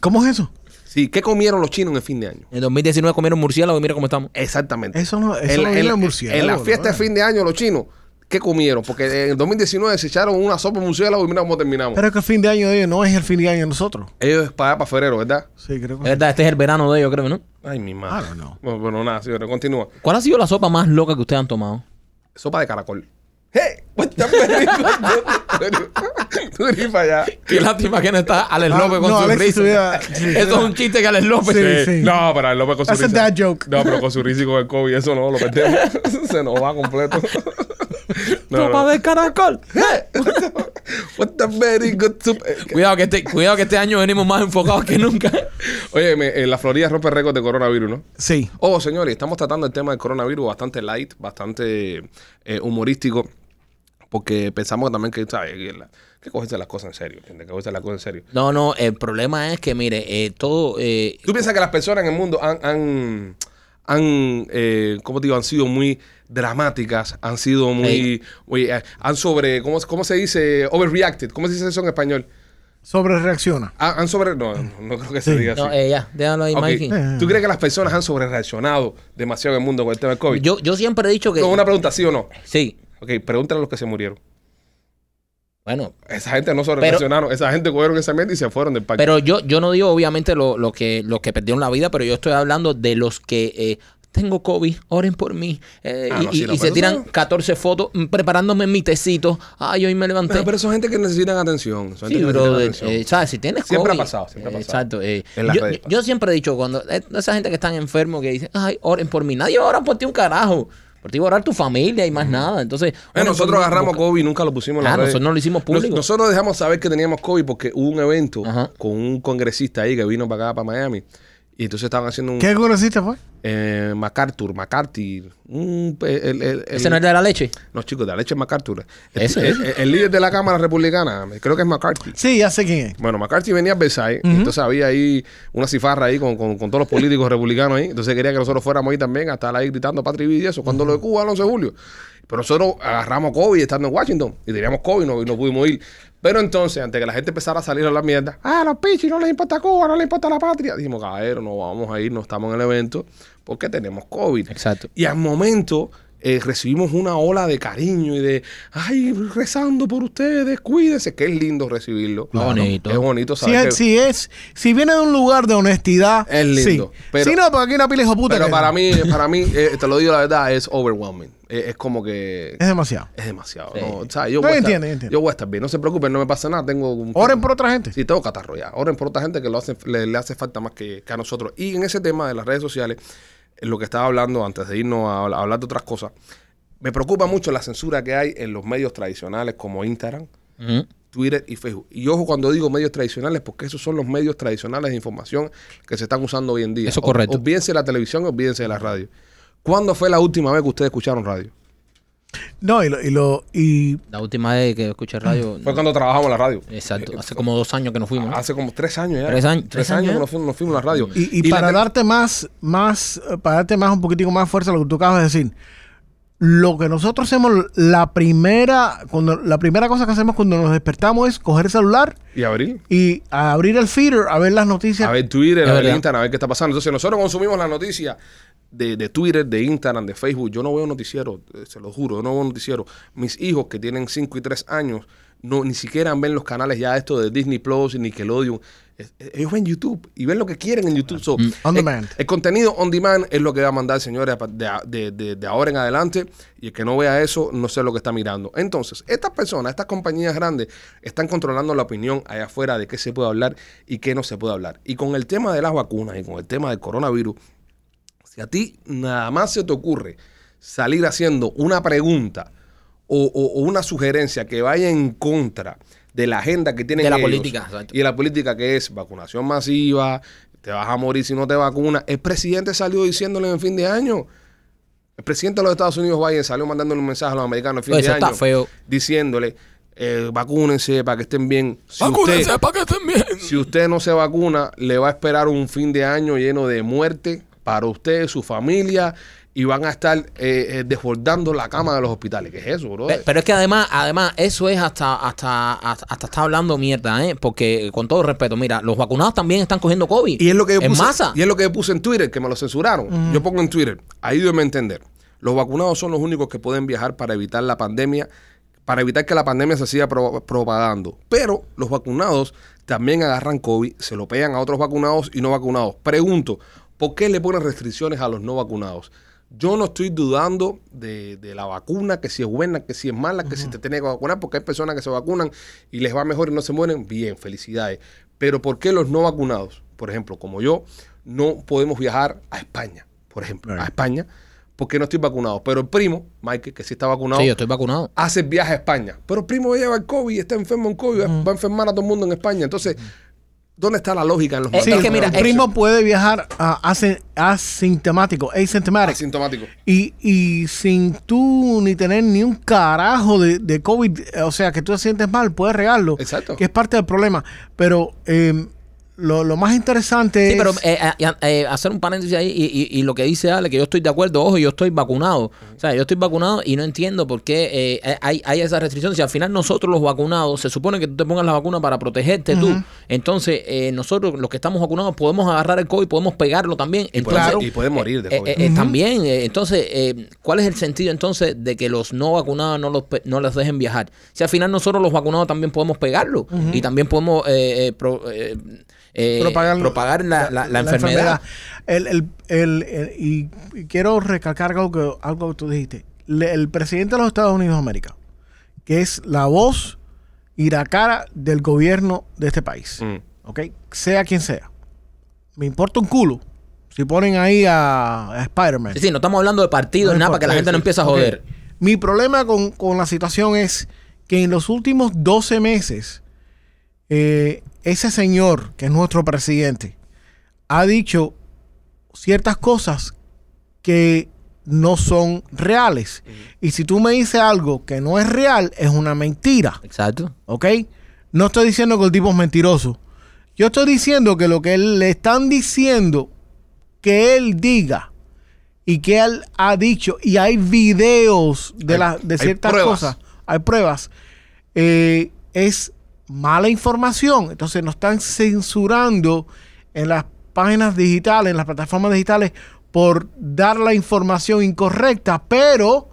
Speaker 3: ¿Cómo es eso?
Speaker 1: Sí, ¿qué comieron los chinos en el fin de año?
Speaker 2: En 2019 comieron murciélago y mira cómo estamos.
Speaker 1: Exactamente.
Speaker 3: Eso no- eso
Speaker 1: en,
Speaker 3: no
Speaker 1: en-
Speaker 3: viene murciélago,
Speaker 1: en la
Speaker 3: ¿no?
Speaker 1: fiesta de fin de año, los chinos, ¿qué comieron? Porque en el 2019 se echaron una sopa de murciélago y mira cómo terminamos.
Speaker 3: Pero es que el fin de año de ellos no es el fin de año de nosotros.
Speaker 1: Ellos es para, para febrero, ¿verdad?
Speaker 3: Sí, creo
Speaker 2: Es
Speaker 3: que
Speaker 2: verdad, este es el verano de ellos, creo, ¿no?
Speaker 1: Ay, mi
Speaker 3: I
Speaker 1: madre.
Speaker 3: don't know.
Speaker 1: Bueno, bueno, nada, señores, continúa.
Speaker 2: ¿Cuál ha sido la sopa más loca que ustedes han tomado?
Speaker 1: Sopa de caracol. ¡Hey! what the fuck? Tú eres para allá.
Speaker 2: Qué lástima que no está Alex
Speaker 3: Ah, López con no, su Alex risa. estuviera- sí. Eso es
Speaker 2: un chiste que Alex López.
Speaker 3: Sí.
Speaker 1: Eh, No, pero López con su
Speaker 3: That's a
Speaker 1: risa.
Speaker 3: dad joke.
Speaker 1: No, pero con su risa y con el COVID, eso no, lo perdemos. Se nos va completo. No, no.
Speaker 2: de caracol.
Speaker 1: What the very good soup. Eh,
Speaker 2: Cuidado que, este, cuidado que este año venimos más enfocados que nunca.
Speaker 1: Oye, me- eh, la Florida rompe récord de coronavirus, ¿no?
Speaker 3: Sí.
Speaker 1: Oh, señores, estamos tratando el tema del coronavirus bastante light, bastante eh, humorístico, porque pensamos también que, ¿sabes? Que, la- que cogerse las cosas en serio, ¿entiendes? Que cogerse las cosas en serio.
Speaker 2: No, no, el problema es que, mire, eh, todo. eh,
Speaker 1: ¿Tú piensas que las personas en el mundo han, han, han eh, ¿cómo te digo? Han sido muy dramáticas, han sido muy,
Speaker 2: Ey.
Speaker 1: muy, eh, han sobre, ¿cómo, cómo se dice? Overreacted. ¿Cómo se dice eso en español?
Speaker 3: Sobre reacciona.
Speaker 1: Han, han sobre, no, no, no creo que se
Speaker 3: Sí.
Speaker 1: diga así.
Speaker 2: no, eh, ya, déjalo ahí,
Speaker 1: Ok.
Speaker 2: Mikey.
Speaker 1: ¿Tú crees que las personas han sobrereaccionado demasiado en el mundo con el tema del COVID?
Speaker 2: Yo, yo siempre he dicho que.
Speaker 1: no, una pregunta, ¿sí o no?
Speaker 2: Sí,
Speaker 1: Ok, pregúntale a los que se murieron.
Speaker 2: bueno.
Speaker 1: Esa gente no sobrereaccionaron. Esa gente cogieron esa mierda y se fueron del parque.
Speaker 2: Pero yo, yo no digo, obviamente, lo- lo que, los que perdieron la vida, pero yo estoy hablando de los que. eh, tengo COVID, oren por mí. eh,
Speaker 1: Ah,
Speaker 2: y
Speaker 1: no,
Speaker 2: y-
Speaker 1: sí, no,
Speaker 2: y se
Speaker 1: pero
Speaker 2: tiran
Speaker 1: eso-
Speaker 2: 14 fotos mm, preparándome mi tecito. Ay, hoy me levanté.
Speaker 1: Ah, pero, pero son gente que necesitan atención. Son gente
Speaker 2: Sí,
Speaker 1: que
Speaker 2: brother,
Speaker 1: necesitan atención.
Speaker 2: eh, ¿sabes? Si tienes
Speaker 1: Siempre
Speaker 2: COVID,
Speaker 1: ha pasado, siempre ha
Speaker 2: eh,
Speaker 1: pasado.
Speaker 2: Exacto. eh,
Speaker 1: En las
Speaker 2: yo,
Speaker 1: redes pasa.
Speaker 2: yo siempre he dicho, cuando eh, esa gente que están enfermos que dicen, ay, oren por mí, nadie ora por ti un carajo. Por ti va a orar tu familia y más nada. Entonces,
Speaker 1: Eh,
Speaker 2: oren por
Speaker 1: nosotros
Speaker 2: mí,
Speaker 1: agarramos
Speaker 2: busca-
Speaker 1: COVID y nunca lo pusimos en
Speaker 2: Ah,
Speaker 1: las redes.
Speaker 2: nosotros no lo hicimos público.
Speaker 1: Nos- nosotros dejamos saber que teníamos COVID porque hubo un evento
Speaker 2: Ajá.
Speaker 1: con un congresista ahí que vino para acá, para Miami. Y entonces estaban haciendo un...
Speaker 3: ¿Qué conociste, pues?
Speaker 1: eh, MacArthur, MacArthur. un- el- el- el-
Speaker 2: ¿Ese no es de la leche?
Speaker 1: No, chicos, de la leche es MacArthur. El,
Speaker 2: Ese es.
Speaker 1: el- el líder de la Cámara Republicana, creo que es MacArthur.
Speaker 3: Sí, ya sé quién es.
Speaker 1: Bueno, McCarthy venía a Versailles, entonces había ahí una cifarra ahí con, con- con todos los políticos republicanos ahí, entonces quería que nosotros fuéramos ahí también a estar ahí gritando patria y vida y eso, cuando lo de Cuba, el 11 de julio. Pero nosotros agarramos COVID estando en Washington y teníamos COVID y no, y no pudimos ir. Pero entonces, antes que la gente empezara a salir a la mierda, ah, los pichis, no les importa Cuba, no les importa la patria, dijimos, caballero, no vamos a ir, no estamos en el evento porque tenemos COVID.
Speaker 2: Exacto.
Speaker 1: Y al momento eh, recibimos una ola de cariño y de, ay, rezando por ustedes, cuídense. Qué lindo recibirlo.
Speaker 2: Claro. Bonito.
Speaker 1: Es bonito
Speaker 3: Si
Speaker 1: saber
Speaker 3: es,
Speaker 1: que-
Speaker 3: si es, si viene de un lugar de honestidad,
Speaker 1: Es lindo,
Speaker 3: sí.
Speaker 1: pero-
Speaker 3: si no, porque aquí una pila de puta.
Speaker 1: Pero
Speaker 3: que-
Speaker 1: para mí, para mí eh, te lo digo la verdad, es overwhelming. Eh, Es, como que...
Speaker 3: es demasiado.
Speaker 1: Es demasiado.
Speaker 2: Sí.
Speaker 1: ¿no? O sea, yo,
Speaker 3: No,
Speaker 1: voy a estar-
Speaker 3: yo entiendo, yo entiendo.
Speaker 1: yo voy a estar bien. No se preocupen, no me pasa nada. Tengo un...
Speaker 3: Oren por otra gente.
Speaker 1: Sí, tengo catarro ya. Oren por otra gente que lo hace, le, le hace falta más que, que a nosotros. Y en ese tema de las redes sociales, lo que estaba hablando antes de irnos a, a hablar de otras cosas, me preocupa mucho la censura que hay en los medios tradicionales como Instagram,
Speaker 2: Ujú.
Speaker 1: Twitter y Facebook. Y ojo cuando digo medios tradicionales, porque esos son los medios tradicionales de información que se están usando hoy en día.
Speaker 2: Eso es correcto.
Speaker 1: O- Olvídense de la televisión, olvídense de la radio. ¿Cuándo fue la última vez que ustedes escucharon radio?
Speaker 3: No, y lo, y lo, y
Speaker 2: La última vez que escuché radio.
Speaker 1: Fue Ah, cuando trabajamos en la radio.
Speaker 2: Exacto. Hace como dos años que nos fuimos. ¿no?
Speaker 1: Hace como tres años ya.
Speaker 2: Mm. Tres años- tres años
Speaker 1: años
Speaker 2: ya.
Speaker 1: que nos fuimos, nos fuimos a la radio.
Speaker 3: Y, y
Speaker 1: la
Speaker 3: para
Speaker 1: te-
Speaker 3: darte más, más, eh, para darte más un poquitico más fuerza a lo que tú acabas de decir, lo que nosotros hacemos, la primera, cuando, la primera cosa que hacemos cuando nos despertamos es coger el celular
Speaker 1: Y abril.
Speaker 3: y abrir el feeder a ver las noticias.
Speaker 1: A ver Twitter,
Speaker 2: Es
Speaker 1: a ver
Speaker 2: verdad.
Speaker 1: Instagram, a ver qué está pasando. Entonces nosotros consumimos las noticias de, de Twitter, de Instagram, de Facebook. Yo no veo noticiero, eh, se lo juro, yo no veo noticiero. Mis hijos que tienen 5 y 3 años, no, ni siquiera ven los canales ya esto de Disney Plus y Nickelodeon. Es- es- Ellos ven YouTube y ven lo que quieren en YouTube. So,
Speaker 2: Mm.
Speaker 3: On
Speaker 1: el-
Speaker 3: demand.
Speaker 1: Eh, El, contenido on demand es lo que va a mandar, señores, a pa- de, a- de- de- de ahora en adelante. Y el que no vea eso, no sé lo que está mirando. Entonces, estas personas, estas compañías grandes, están controlando la opinión allá afuera de qué se puede hablar y qué no se puede hablar. Y con el tema de las vacunas y con el tema del coronavirus, si a ti nada más se te ocurre salir haciendo una pregunta o, o- o una sugerencia que vaya en contra de la agenda que tienen
Speaker 2: De la
Speaker 1: ellos
Speaker 2: política, exacto.
Speaker 1: y de la política que es vacunación masiva, te vas a morir si no te vacunas. El presidente salió diciéndole en fin de año. El presidente de los Estados Unidos, Biden, salió mandándole un mensaje a los americanos en fin
Speaker 2: Eso
Speaker 1: de año.
Speaker 2: está feo.
Speaker 1: Diciéndole, eh, vacúnense para que estén bien. Si usted-
Speaker 2: para que estén bien.
Speaker 1: si usted no se vacuna, le va a esperar un fin de año lleno de muerte para usted, su familia, y van a estar eh, eh, desbordando la cama de los hospitales. ¿Qué es eso, bro?
Speaker 2: Pe- Pero es que además, además, eso es hasta, hasta, hasta, hasta está hablando mierda, ¿eh? Porque con todo respeto, mira, los vacunados también están cogiendo COVID.
Speaker 1: Y es lo que yo
Speaker 2: En
Speaker 1: puse,
Speaker 2: masa.
Speaker 1: Y es lo que yo puse en Twitter, que me lo censuraron. Yo pongo en Twitter, ahí debe entender. Los vacunados son los únicos que pueden viajar para evitar la pandemia, para evitar que la pandemia se siga pro- propagando. Pero los vacunados también agarran COVID, se lo pegan a otros vacunados y no vacunados. Pregunto, ¿por qué le ponen restricciones a los no vacunados? Yo no estoy dudando de, de la vacuna, que si es buena, que si es mala, que si te tiene que vacunar, porque hay personas que se vacunan y les va mejor y no se mueren. Bien, felicidades. Pero ¿por qué los no vacunados, por ejemplo, como yo, no podemos viajar a España, por ejemplo, a
Speaker 3: Right.
Speaker 1: España, porque no estoy vacunado? Pero el primo, Mike, que sí está vacunado,
Speaker 2: Sí, yo estoy vacunado.
Speaker 1: hace el viaje a España. Pero el primo lleva el COVID, está enfermo en COVID, va a enfermar a todo el mundo en España. Entonces, ¿dónde está la lógica en los
Speaker 2: Eh, es
Speaker 3: Sí,
Speaker 1: mandatos
Speaker 2: que
Speaker 1: de
Speaker 2: mira,
Speaker 1: los
Speaker 2: es-
Speaker 3: el primo puede viajar a, asin- asintomático, asintomático.
Speaker 1: asintomáticos?
Speaker 3: Y, y sin tú ni tener ni un carajo de, de COVID, eh, o sea, que tú te sientes mal, puedes regarlo.
Speaker 1: Exacto.
Speaker 3: Que es parte del problema. Pero eh, lo, lo más interesante
Speaker 2: Sí, pero
Speaker 3: es...
Speaker 2: eh, eh, eh, hacer un paréntesis ahí y, y- y lo que dice Ale, que yo estoy de acuerdo, ojo, yo estoy vacunado. O sea, yo estoy vacunado y no entiendo por qué eh, hay, hay esa restricción. Si al final nosotros los vacunados, se supone que tú te pongas la vacuna para protegerte tú. Entonces, eh, nosotros los que estamos vacunados podemos agarrar el COVID, podemos pegarlo también.
Speaker 1: Y puede-
Speaker 2: Entonces,
Speaker 1: y puede morir de
Speaker 2: eh,
Speaker 1: COVID.
Speaker 2: eh, eh, También, eh, entonces, eh, ¿cuál es el sentido entonces de que los no vacunados no los, pe- no los dejen viajar? Si al final nosotros los vacunados también podemos pegarlo y también podemos eh, eh, pro- eh, eh,
Speaker 3: Propagar-
Speaker 2: propagar la, la- la enfermedad.
Speaker 3: El- el- el- el- y, y quiero recalcar algo que, algo que tú dijiste. Le- el presidente de los Estados Unidos de América, que es la voz y la cara del gobierno de este país,
Speaker 1: Mm.
Speaker 3: ¿ok? Sea quien sea. Me importa un culo si ponen ahí a, a Spider-Man.
Speaker 2: Sí, sí, no estamos hablando de partidos,
Speaker 3: No
Speaker 2: nada, para que la
Speaker 3: importa,
Speaker 2: gente no
Speaker 1: sí.
Speaker 2: empiece a
Speaker 3: Ok.
Speaker 2: joder.
Speaker 3: Mi problema con, con la situación es que en los últimos 12 meses, eh, ese señor, que es nuestro presidente, ha dicho ciertas cosas que no son reales. Y si tú me dices algo que no es real, es una mentira.
Speaker 2: Exacto.
Speaker 3: ¿Ok? No estoy diciendo que el tipo es mentiroso. Yo estoy diciendo que lo que él- le están diciendo que él diga y que él ha dicho, y hay videos de,
Speaker 1: Hay-
Speaker 3: las de
Speaker 1: hay
Speaker 3: ciertas
Speaker 1: pruebas.
Speaker 3: cosas, hay pruebas, eh, es mala información. Entonces nos están censurando en las páginas digitales, en las plataformas digitales, por dar la información incorrecta, pero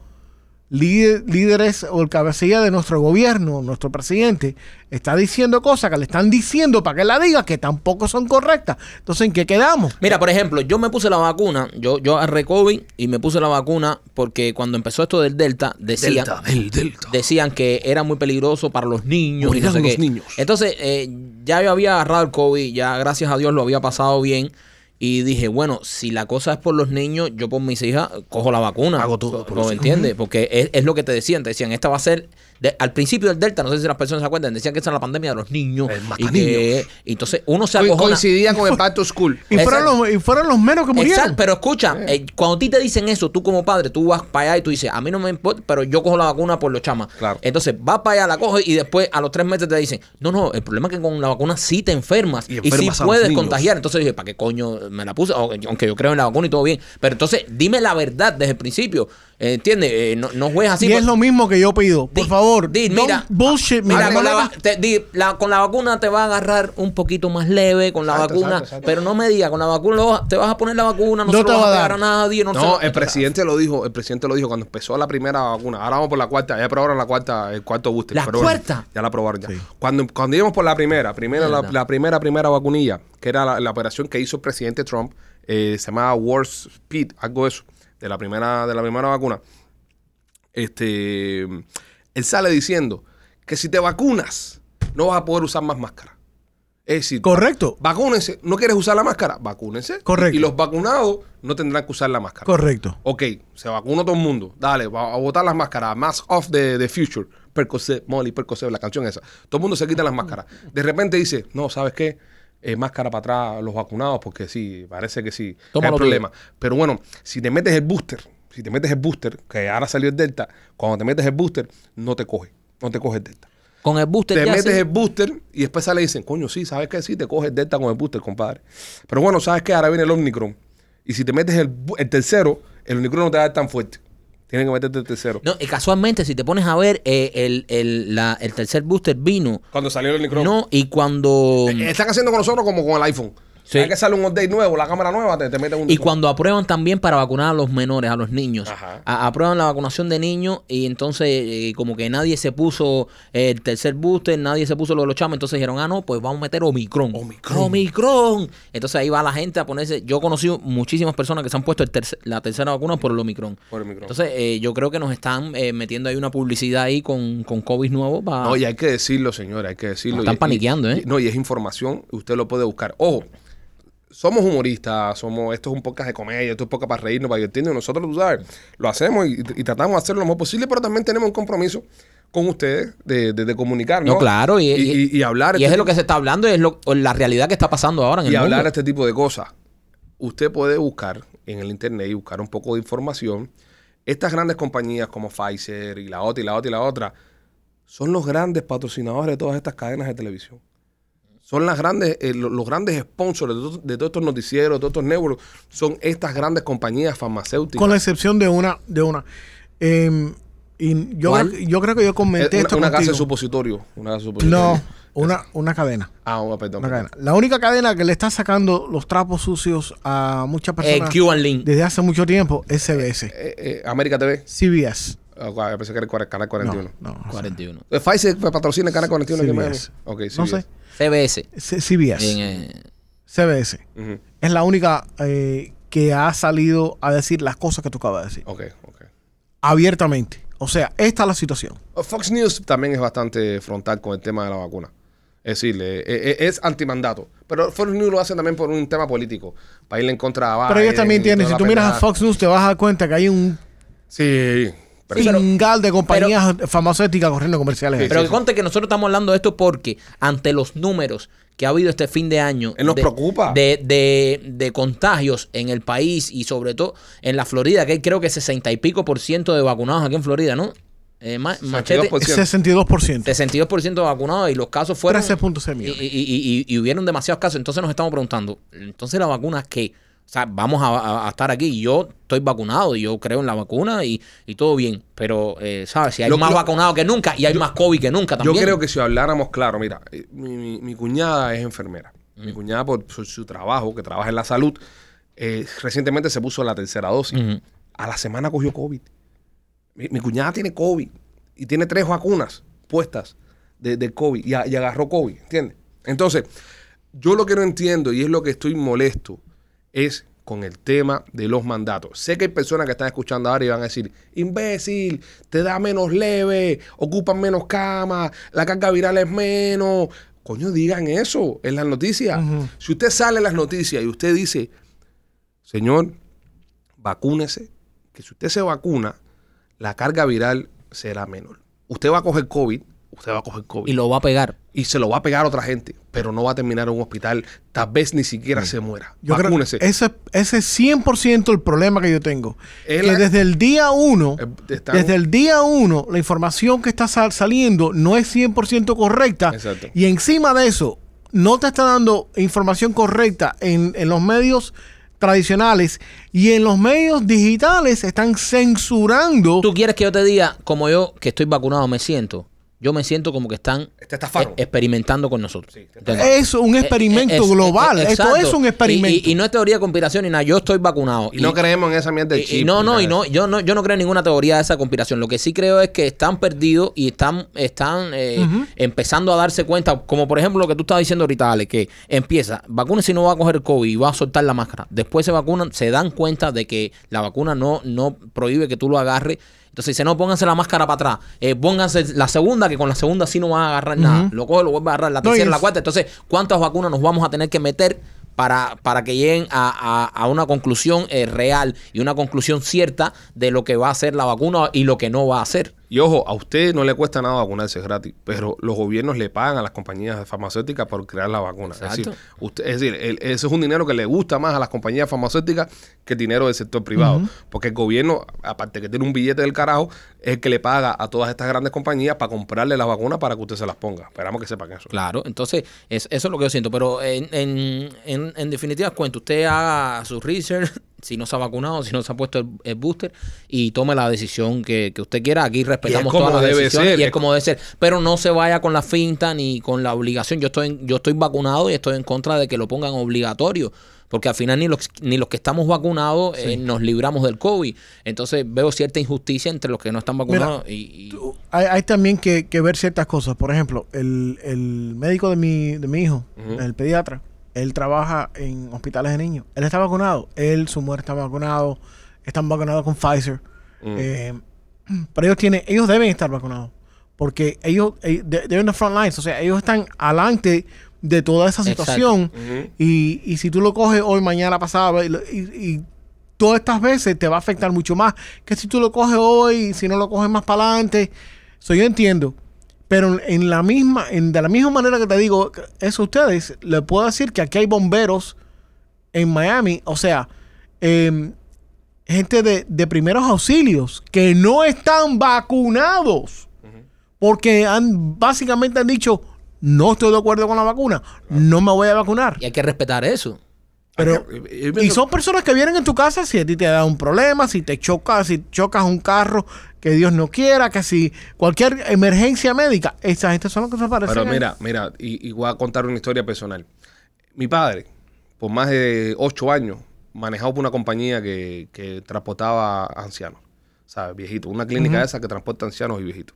Speaker 3: líder- líderes o el cabecilla de nuestro gobierno, nuestro presidente, está diciendo cosas que le están diciendo para que la diga que tampoco son correctas. Entonces, ¿en qué quedamos?
Speaker 2: Mira, por ejemplo, yo me puse la vacuna, yo, yo agarré COVID y me puse la vacuna porque cuando empezó esto del Delta, decían,
Speaker 1: Delta, el Delta.
Speaker 2: decían que era muy peligroso para los niños. y no
Speaker 1: Morirán
Speaker 2: sé
Speaker 1: los
Speaker 2: qué.
Speaker 1: niños.
Speaker 2: Entonces, eh, ya yo había agarrado el COVID, ya gracias a Dios lo había pasado bien. Y dije, bueno, si la cosa es por los niños, yo por mis hijas cojo la vacuna.
Speaker 1: Hago todo por
Speaker 2: ¿No
Speaker 1: los
Speaker 2: entiendes? Porque es, es lo que te decían. Te decían, esta va a ser. de- al principio del Delta, no sé si las personas se acuerdan, decían que esta era la pandemia de los niños.
Speaker 1: El
Speaker 2: y
Speaker 1: mataniños.
Speaker 2: que, y entonces, uno se
Speaker 1: Co-
Speaker 2: acojona.
Speaker 1: coincidía con el Pacto School.
Speaker 3: Y fueron,
Speaker 2: Exacto.
Speaker 3: los, y fueron los menos que murieron.
Speaker 2: Exacto, pero escucha, eh, cuando a ti te dicen eso, tú como padre, tú vas para allá y tú dices, a mí no me importa, pero yo cojo la vacuna por los chamas.
Speaker 1: Claro.
Speaker 2: Entonces vas para allá, la coges y después a los tres meses te dicen, no, no, el problema es que con la vacuna sí te enfermas
Speaker 1: Y
Speaker 2: y, sí
Speaker 1: enfermas a los
Speaker 2: puedes
Speaker 1: niños.
Speaker 2: contagiar. Entonces dije, ¿para qué coño me la puse? O- Aunque yo creo en la vacuna y todo bien. Pero entonces dime la verdad desde el principio, eh, ¿entiendes? Eh, no, no juegues así.
Speaker 3: y es
Speaker 2: porque-
Speaker 3: lo mismo que yo pido. Por
Speaker 2: Di-
Speaker 3: favor,
Speaker 2: di,
Speaker 3: no
Speaker 2: mira,
Speaker 3: bullshit. me.
Speaker 2: Mira,
Speaker 3: No
Speaker 2: con
Speaker 3: le
Speaker 2: la, va-
Speaker 3: hagas-
Speaker 2: te- di- la- con la vacuna te va a agarrar un poquito más leve con la
Speaker 1: Exacto,
Speaker 2: vacuna,
Speaker 1: exacto, exacto.
Speaker 2: pero no me digas, con la vacuna lo vas- te vas a poner la vacuna, no,
Speaker 3: No
Speaker 2: se lo
Speaker 3: te
Speaker 2: vas
Speaker 3: va
Speaker 2: a
Speaker 3: a
Speaker 2: pegar a
Speaker 3: dar.
Speaker 2: nadie, no, se lo-
Speaker 1: No, el presidente lo dijo, el presidente lo dijo cuando empezó la primera vacuna. Ahora vamos por la cuarta, ya probaron la cuarta, el cuarto booster.
Speaker 2: ¿La
Speaker 1: pero bueno,
Speaker 2: cuarta?
Speaker 1: ya la probaron ya. Cuando, cuando íbamos por la primera, primera la,
Speaker 2: Mierda.
Speaker 1: la primera, primera vacunilla, que era la, la operación que hizo el presidente Trump, eh, se llamaba War Speed, algo de eso, de la primera, de la primera vacuna. Este, él sale diciendo que si te vacunas, no vas a poder usar más máscara. Es decir,
Speaker 3: Correcto,
Speaker 1: vacúnense. ¿No quieres usar la máscara? Vacúnense.
Speaker 3: Correcto.
Speaker 1: Y los vacunados no tendrán que usar la máscara.
Speaker 3: correcto.
Speaker 1: Ok, se vacunó todo el mundo. Dale, va a botar las máscaras. Mask off the, the future. Percocet, Molly, Percocet, la canción esa. Todo el mundo se quita las máscaras. De repente dice, no, ¿sabes qué? Eh, máscara para atrás los vacunados, porque sí, parece que sí.
Speaker 2: Toma
Speaker 1: hay
Speaker 2: lo
Speaker 1: problema. Pero bueno, si te metes el booster, si te metes el booster, que ahora salió el Delta, cuando te metes el booster, no te coge. No te coge el Delta.
Speaker 2: Con el booster
Speaker 1: Te
Speaker 2: ya
Speaker 1: metes
Speaker 2: sí.
Speaker 1: el booster y después sale y dicen, coño, sí, ¿sabes qué? Sí, te coges Delta con el booster, compadre. Pero bueno, ¿sabes qué? Ahora viene el Omnicron. Y si te metes el, bu- el tercero, el Omnicron no te va a dar tan fuerte. Tienen que meterte el tercero.
Speaker 2: No, y casualmente, si te pones a ver, eh, el, el, la- el tercer booster vino,
Speaker 1: Cuando salió el Omnicron.
Speaker 2: ¿no? Y cuando...
Speaker 1: Eh, Están haciendo con nosotros como con el iPhone.
Speaker 2: Sí.
Speaker 1: Hay que sale un update nuevo, la cámara nueva, te, te meten un...
Speaker 2: Y cuando aprueban también para vacunar a los menores, a los niños.
Speaker 1: Ajá.
Speaker 2: A- aprueban la vacunación de niños y entonces eh, como que nadie se puso eh, el tercer booster, nadie se puso lo de los chamos, entonces dijeron, ah, no, pues vamos a meter Omicron. Omicron. Omicron. Entonces ahí va la gente a ponerse, yo he conocido muchísimas personas que se han puesto el terce- la tercera vacuna por el Omicron.
Speaker 1: Por el Omicron.
Speaker 2: Entonces eh, yo creo que nos están eh, metiendo ahí una publicidad ahí con, con COVID nuevo para...
Speaker 1: No, y hay que decirlo, señores, hay que decirlo.
Speaker 2: Ah. Nos están
Speaker 1: Y- y-
Speaker 2: paniqueando, ¿eh?
Speaker 1: y- no, y es información, usted lo puede buscar. Ojo, somos humoristas, somos, esto es un podcast de comedia, esto es un podcast para reírnos, para divertirnos. Nosotros, tú sabes, lo hacemos y, y tratamos de hacerlo lo mejor posible, pero también tenemos un compromiso con ustedes de, de, de comunicarnos.
Speaker 2: No, claro, y,
Speaker 1: y, y- y hablar.
Speaker 2: Y
Speaker 1: este
Speaker 2: es de lo
Speaker 1: tipo-
Speaker 2: que se está hablando, y es lo, la realidad que está pasando ahora en el
Speaker 1: y hablar
Speaker 2: mundo.
Speaker 1: este tipo de cosas. Usted puede buscar en el internet y buscar un poco de información. Estas grandes compañías como Pfizer y la otra y la otra y la otra son los grandes patrocinadores de todas estas cadenas de televisión. Son las grandes, eh, lo- los grandes sponsors de, to- de todos estos noticieros, de todos estos networks, son estas grandes compañías farmacéuticas.
Speaker 3: Con la excepción de una. De una. Em, y yo,
Speaker 2: ¿Cuál?
Speaker 3: creo, que- yo creo que yo
Speaker 1: Eh,
Speaker 3: comenté esto
Speaker 1: una, una casa
Speaker 3: contigo.
Speaker 1: de supositorio. Una casa de supositorio.
Speaker 3: No, una, una cadena.
Speaker 1: Ah, una, perdón.
Speaker 3: Una
Speaker 1: perdón.
Speaker 3: cadena. La única cadena que le está sacando los trapos sucios a muchas
Speaker 2: El
Speaker 3: personas
Speaker 2: Eh, Q and Link.
Speaker 3: desde hace mucho tiempo es CBS.
Speaker 1: Eh, eh, América TV.
Speaker 3: CBS.
Speaker 1: Ah, guau, pensé que era el cuar- Canal
Speaker 3: No,
Speaker 1: 41.
Speaker 3: no, o sea,
Speaker 2: 41.
Speaker 1: Eh, Pfizer patrocina el Canal 41 aquí en Miami.
Speaker 3: CBS.
Speaker 1: Ok,
Speaker 3: no
Speaker 1: CBS.
Speaker 3: sé.
Speaker 2: CBS.
Speaker 3: C- CBS.
Speaker 2: En, eh,
Speaker 3: CBS.
Speaker 1: Ujú.
Speaker 3: Es la única eh, que ha salido a decir las cosas que tú acabas de decir.
Speaker 1: Ok, ok. Oh,
Speaker 3: Abiertamente. O sea, esta es la situación.
Speaker 1: Fox News también es bastante frontal con el tema de la vacuna. Es decir, eh, eh, es antimandato. Pero Fox News lo hacen también por un tema político. Para irle en contra a
Speaker 3: Pero ellos
Speaker 1: Biden
Speaker 3: también
Speaker 1: y
Speaker 3: tienen,
Speaker 1: toda
Speaker 3: si
Speaker 1: la
Speaker 3: tú miras a
Speaker 1: pendejada.
Speaker 3: Fox News te vas a dar cuenta que hay un
Speaker 1: Sí. Pero eso-
Speaker 3: pingal de compañías farmacéuticas corriendo comerciales.
Speaker 1: Sí,
Speaker 2: Pero
Speaker 1: sí,
Speaker 2: que conte que nosotros estamos hablando de esto porque ante los números que ha habido este fin de año.
Speaker 1: Él nos
Speaker 2: de-
Speaker 1: preocupa.
Speaker 2: De, de- de contagios en el país y sobre todo en la Florida, que hay creo que 60 y pico por ciento de vacunados aquí en Florida, ¿no? Eh, ma- machete,
Speaker 1: 62%.
Speaker 3: 62%.
Speaker 2: 62% de vacunados y los casos fueron... Y,
Speaker 3: 13.6 millones.
Speaker 2: y- y- y- y hubieron demasiados casos. Entonces nos estamos preguntando, entonces la vacuna qué? O sea, vamos a, a- a estar aquí. y Yo estoy vacunado y yo creo en la vacuna y, y todo bien. Pero, eh, ¿sabes? Si hay
Speaker 1: Lo-
Speaker 2: más
Speaker 1: lo-
Speaker 2: vacunados que nunca y hay más COVID que nunca también.
Speaker 1: Yo creo que si habláramos claro, mira, eh, mi, mi- mi cuñada es enfermera. Mi
Speaker 2: Mm.
Speaker 1: cuñada, por su, su trabajo, que trabaja en la salud, eh, recientemente se puso la tercera dosis.
Speaker 2: Ujú.
Speaker 1: A la semana cogió COVID. Mi, mi cuñada tiene COVID y tiene tres vacunas puestas de, de COVID y, a- y agarró COVID, ¿entiendes? Entonces, yo lo que no entiendo y es lo que estoy molesto es con el tema de los mandatos. Sé que hay personas que están escuchando ahora y van a decir, imbécil, te da menos leve, ocupan menos camas, la carga viral es menos. Coño, digan eso en las noticias.
Speaker 3: Ujú.
Speaker 1: Si usted sale en las noticias y usted dice, señor, vacúnese, que si usted se vacuna, la carga viral será menor. Usted va a coger COVID, usted va a coger COVID
Speaker 2: Y lo va a pegar.
Speaker 1: y se lo va a pegar a otra gente, pero no va a terminar en un hospital, tal vez ni siquiera se muera.
Speaker 3: Yo creo
Speaker 1: Vacúnese.
Speaker 3: ese, ese es 100% el problema que yo tengo.
Speaker 1: Es
Speaker 3: que
Speaker 1: la-
Speaker 3: desde el día uno,
Speaker 1: Eh, están-
Speaker 3: desde el día uno, la información que está sal- saliendo no es 100% correcta.
Speaker 1: Exacto.
Speaker 3: Y encima de eso, no te está dando información correcta en, en los medios tradicionales y en los medios digitales están censurando.
Speaker 2: ¿Tú quieres que yo te diga, como yo, que estoy vacunado, me siento? Yo me siento como que están
Speaker 1: Este estafaron.
Speaker 2: e- experimentando con nosotros. ¿Entiendes?
Speaker 3: Es un experimento
Speaker 2: Eh, es-
Speaker 3: global.
Speaker 2: eh, eh,
Speaker 3: Esto
Speaker 2: exacto.
Speaker 3: es un experimento.
Speaker 2: Y, y- y no es teoría de conspiración ni nada. Yo estoy vacunado.
Speaker 1: y no creemos en esa mierda de
Speaker 2: Y-
Speaker 1: chip.
Speaker 2: y Eh, no,
Speaker 1: ni
Speaker 2: no,
Speaker 1: nada
Speaker 2: y
Speaker 1: de
Speaker 2: no,
Speaker 1: eso.
Speaker 2: yo no, yo no creo en ninguna teoría de esa conspiración. Lo que sí creo es que están perdidos y están, están eh, empezando a darse cuenta, como por ejemplo lo que tú estabas diciendo ahorita, Ale, que empieza, vacuna si no va a coger COVID y va a soltar la máscara. Después se vacunan, se dan cuenta de que la vacuna no, no prohíbe que tú lo agarres. Entonces dice, no, pónganse la máscara para atrás. Eh, pónganse la segunda, que con la segunda sí no van a agarrar nada. Lo coge, lo vuelve a agarrar, la
Speaker 3: No, y
Speaker 2: tercera, la
Speaker 3: es-
Speaker 2: cuarta. Entonces, ¿cuántas vacunas nos vamos a tener que meter para, para que lleguen a, a- a una conclusión eh, real y una conclusión cierta de lo que va a hacer la vacuna y lo que no va a hacer?
Speaker 1: Y ojo, a usted no le cuesta nada vacunarse es gratis, pero los gobiernos le pagan a las compañías farmacéuticas por crear la vacuna. Es
Speaker 2: Exacto.
Speaker 1: decir, usted, es decir el- ese es un dinero que le gusta más a las compañías farmacéuticas que el dinero del sector privado. Porque el gobierno, aparte que tiene un billete del carajo, es el que le paga a todas estas grandes compañías para comprarle las vacunas para que usted se las ponga. Esperamos que sepan eso.
Speaker 2: Claro, entonces es- eso es lo que yo siento. Pero en, en, en, en definitiva, cuento, usted haga su research, si no se ha vacunado, si no se ha puesto el, el booster y tome la decisión que, que usted quiera. Aquí respetamos
Speaker 1: como
Speaker 2: todas las
Speaker 1: debe
Speaker 2: decisiones
Speaker 1: ser,
Speaker 2: y es
Speaker 1: es-
Speaker 2: como debe ser. Pero no se vaya con la finta ni con la obligación. Yo estoy, en- yo estoy vacunado y estoy en contra de que lo pongan obligatorio. Porque al final ni los, ni los que estamos vacunados eh, nos libramos del COVID. Entonces veo cierta injusticia entre los que no están vacunados y, y-
Speaker 3: hay, hay también que, que ver ciertas cosas. Por ejemplo, el, el médico de mi, de mi hijo,
Speaker 1: Ujú.
Speaker 3: el pediatra, él trabaja en hospitales de niños. Él está vacunado. Él, su mujer está vacunado. Están vacunados con Pfizer.
Speaker 1: Mm.
Speaker 3: Eh, pero ellos tienen, ellos deben estar vacunados. Porque ellos, eh, de- they're in the front lines. O sea, ellos están alante de toda esa
Speaker 2: Exacto.
Speaker 3: situación.
Speaker 1: Ujú.
Speaker 3: Y, y si tú lo coges hoy, mañana, pasado, y, lo- y- y todas estas veces te va a afectar mucho más que si tú lo coges hoy, si no lo coges más para adelante. Eso yo entiendo. Pero en la misma, en, de la misma manera que te digo eso a ustedes, le puedo decir que aquí hay bomberos en Miami, o sea, em, gente de, de primeros auxilios que no están vacunados porque han básicamente han dicho no estoy de acuerdo con la vacuna, no me voy a vacunar.
Speaker 2: y hay que respetar eso.
Speaker 3: Pero
Speaker 1: Hay que- eh, eh,
Speaker 3: y
Speaker 1: viendo-
Speaker 3: son personas que vienen en tu casa si a ti te da un problema, si te chocas, si chocas un carro que Dios no quiera, que si cualquier emergencia médica, esa gente son los que se aparecen.
Speaker 1: Pero
Speaker 3: ahí.
Speaker 1: mira, mira, y, y voy a contar una historia personal. Mi padre, por más de ocho años, manejaba por una compañía que, que transportaba ancianos, ¿sabes? Viejitos. Una clínica esa que transporta ancianos y viejitos.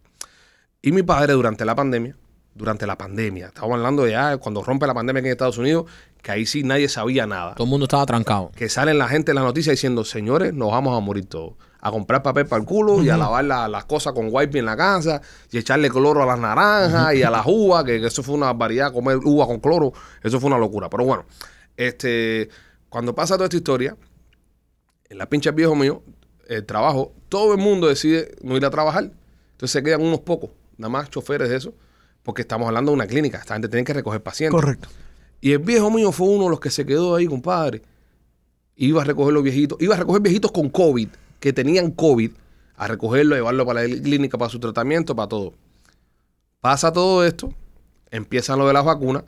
Speaker 1: Y mi padre, durante la pandemia, durante la pandemia, estamos hablando de ya cuando rompe la pandemia aquí en Estados Unidos, que ahí sí nadie sabía nada
Speaker 2: Todo el mundo estaba trancado.
Speaker 1: que salen la gente en las noticias diciendo, señores, nos vamos a morir todos. A comprar papel para el culo y a lavar la- las cosas con wipe en la casa y echarle cloro a las naranjas y a las uvas, que, que eso fue una barbaridad, comer uva con cloro, eso fue una locura. Pero bueno, este, cuando pasa toda esta historia, en la pincha viejo mío, el trabajo, todo el mundo decide no ir a trabajar. Entonces se quedan unos pocos, nada más choferes de eso, porque estamos hablando de una clínica, esta gente tiene que recoger pacientes.
Speaker 3: Correcto.
Speaker 1: Y el viejo mío fue uno de los que se quedó ahí, compadre. Iba a recoger los viejitos. Iba a recoger viejitos con COVID, que tenían COVID, a recogerlo, a llevarlo para la clínica, para su tratamiento, para todo. Pasa todo esto, empieza lo de las vacunas,